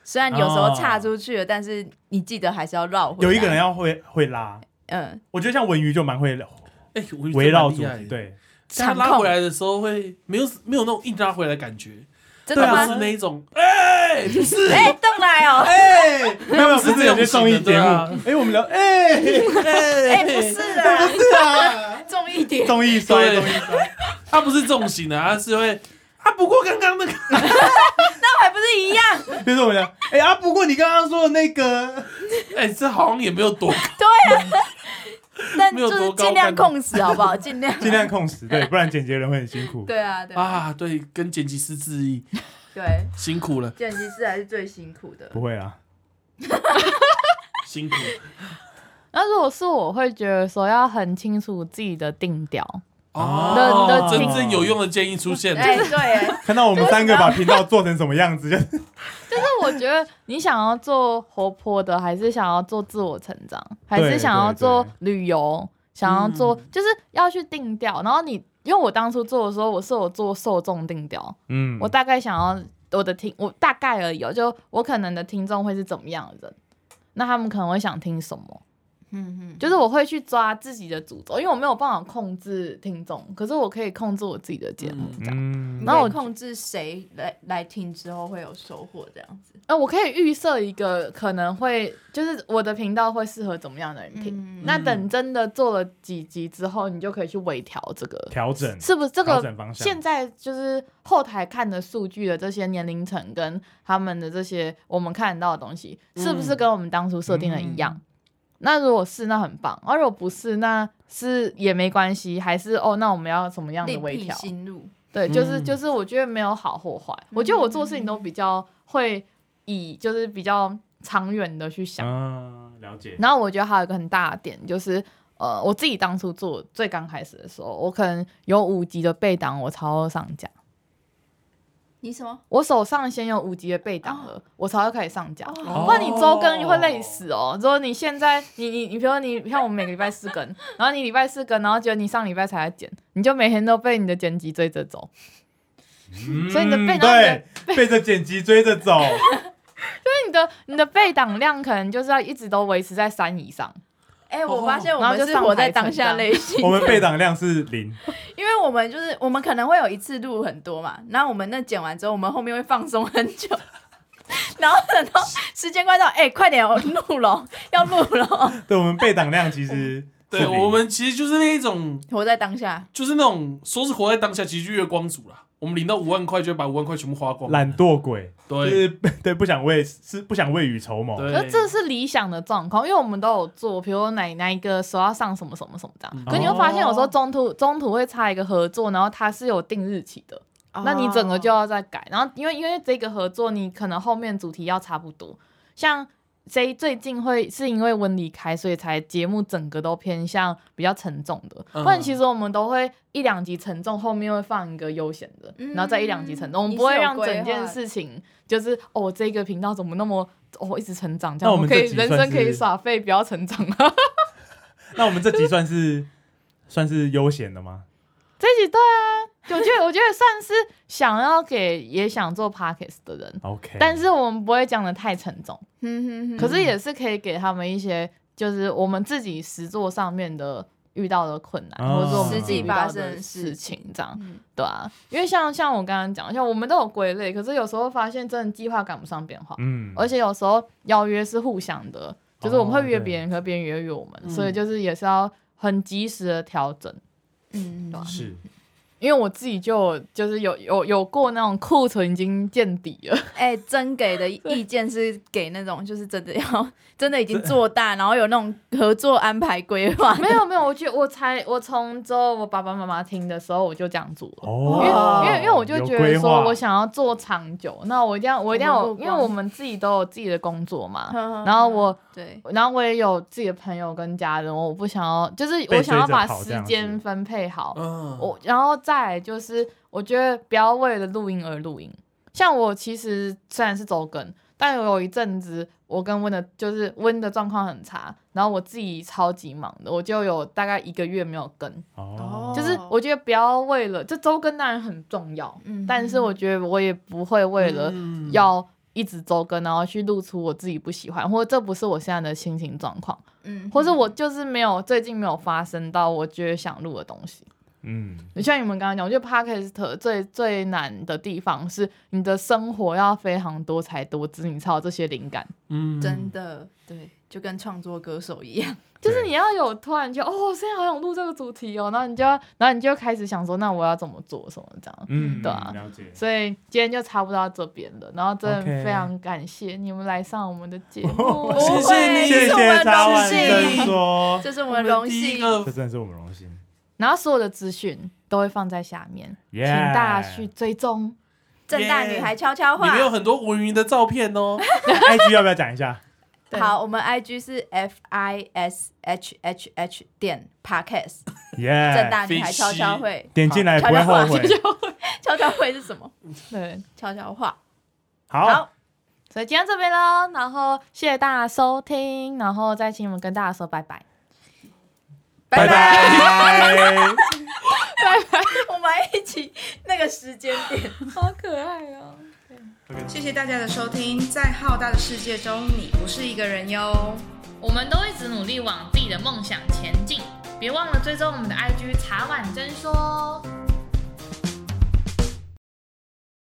虽然有时哦候岔出去了，但是你记得还是要绕回来。有一个人要会会拉，嗯，我觉得像文娱就蛮会 哎，我觉得围绕蛮主厉害题，的，对，但他拉回来的时候会没有没有那种硬拉回来的感觉，真对的啊，吗是？那一种哎，不是哎，邓来 哦，哎，没有没有，是不这是有种些综艺型的节对目啊，哎，我们聊， 哎， 哎，不是啊，是啊，重一点。综艺摔，对综艺摔，他哎不是这种型的，他是会啊，不过刚刚那个 还不是一样？就是我们聊，哎啊，不过你刚刚说的那个，哎，这好像也没有多但 没有就多是高尽量干的控时，好不好？尽 量。尽量控时，对，不然剪辑的人会很辛苦。对啊，对啊，啊，对，跟剪辑师致意，对，辛苦了，剪辑师还是最辛苦的。不会啊，辛苦了。那如果是我会觉得说要很清楚自己的定调，哦，的的真听正有用的建议出现了。哎，对， 哎看到我们三个把频道做成什么样子，就就是我觉得你想要做活泼的，还是想要做自我成长，还是想要做旅游，想要做、就是要去定调。然后你因为我当初做的时候，我是有做受众定调，嗯，我大概想要我的听，我大概而已、哦，就我可能的听众会是怎么样的人，那他们可能会想听什么。嗯嗯，就是我会去抓自己的主轴，因为我没有办法控制听众，可是我可以控制我自己的节目这样。嗯，然后我你可以控制谁来来听之后会有收获，这样子。呃，我可以预设一个可能会，就是我的频道会适合怎么样的人听。嗯那等真的做了几集之后，你就可以去微调这个，调整是不是这调个？整方向，现在就是后台看的数据的这些年龄层跟他们的这些我们看得到的东西，嗯是不是跟我们当初设定的一样？那如果是，那很棒；而如果不是，那是也没关系，还是哦，那我们要什么样的另微辟调？新路，对，就是嗯就是，我觉得没有好或坏。我觉得我做事情都比较会以就是比较长远的去想。嗯，了解，然后我觉得还有一个很大的点就是，呃，我自己当初做最刚开始的时候，我可能有五集的备档，我超上架。你什么？我手上先有五集的备档了，我才会开始上架。哦不然你周更会累死哦。如果你现在你你你，比如说你像我们每个礼拜四更，然后你礼拜四更，然后觉得你上礼拜才来剪，你就每天都被你的剪辑追着走。所以你的嗯被那个对被这剪辑追 着走，你的你的备档量可能就是要一直都维持在三以上，哎，我发现我哦然后们就是上活在台当成下长类型，我们备档量是零， 因为我们就是我们可能会有一次录很多嘛，然后我们那剪完之后，我们后面会放松很久， 然后等到时间快到，哎、快点哦录了，要录 了，对，我们备档量其实对是零我们其实就是那一种，活在当下。就是那种说是活在当下，其实就月光族啦。我们领到五万块，就会把五万块全部花光。懒惰鬼，就对是 对不想为是不想未雨绸缪。对，可是这是理想的状况，因为我们都有做，比如我奶奶一个手要上什么什么什么这样。嗯可你会发现，有时候中途中途会插一个合作，然后它是有定日期的，那你整个哦就要再改。然后因为因为这个合作，你可能后面主题要差不多。像 J 最近会是因为温离开，所以才节目整个都偏向比较沉重的。嗯不然其实我们都会一两集沉重，后面会放一个悠闲的，嗯然后再一两集沉重。我们你不会是有让规整件划的事情就是哦，这个频道怎么那么。哦，一直成长，这那样我们可以这集人算生可以是耍废，不要成长啊了。那我们这集算是算是悠闲的吗？这一集对啊，我觉得我觉得算是想要给也想做 podcast 的人， OK，但是我们不会讲的太沉重，嗯哼哼可是也是可以给他们一些，就是我们自己实作上面的遇到的困难，哦或者是我们实际自己遇到发生的的事事情，这样嗯对啊，因为像像我刚刚讲，像我们都有归类，可是有时候发现真的计划赶不上变化，嗯，而且有时候邀约是互相的，就是我们会约哦对别人，可是别人也会约我哦们，嗯所以就是也是要很及时的调整。嗯对啊是因为我自己就就是有有有过那种库存已经见底了，哎，真给 的意见是给那种就是真的要真的已经做大，然后有那种合作安排规 划。 没有没有，我觉得我才我从之后我爸爸妈妈听的时候我就这样做了。因为哦，因为因为我就有觉规得说，划我想要做长久，那我一定要我一定要有，我们不因光为我们自己都有自己的工作嗯嘛，然然后我对，然后我也有自己的朋友跟家人，我不想要，就是被我想要追着把跑这时样间子分配好，嗯，我然后再来就是，我觉得不要为了录音而录音。像我其实虽然是周更，但我有一阵子我跟温的，就是温的状况很差，然后我自己超级忙的，我就有大概一个月没有更。哦，就是我觉得不要为了这周更当然很重要，嗯但是我觉得我也不会为了嗯要一直周更，然后去露出我自己不喜欢，或者这不是我现在的心情状况，嗯或者我就是没有最近没有发生到我觉得想录的东西。嗯，你像你们刚刚讲，我觉得 podcast 最最难的地方是你的生活要非常多才多姿，你才有这些灵感。嗯真的对，就跟创作歌手一样。就是对你要有突然就哦，我现在好想录这个主题哦，然后你就要，然后你就开始想说，那我要怎么做什么这样。嗯，对啊了解。所以今天就差不多到这边了，然后真的 OK 非常感谢你们来上我们的节不目，哦谢谢你谢是我们谢的他万荣幸真说，这是我我们的荣幸第一。个这真的是我们荣幸，然后所有的资讯都会放在下面，耶请大家去追踪。正大女孩悄悄里话面，有很多文云的照片哦。 IG 哎要不要讲一下？对好，我们 IG 是 F I S H H H 点 Podcast，正耶，大女孩悄悄会，点进哎来不会后悔。悄悄会是什么？对，悄悄话。好，所以今天这边喽，然后谢谢大家收听，然后再请你们跟大家说拜拜。拜拜。我们一起那个时间点， 好可爱哦。谢谢大家的收听，在浩大的世界中，你不是一个人哟。我们都一直努力往自己的梦想前进，别忘了追踪我们的 IG 茶碗真说哦。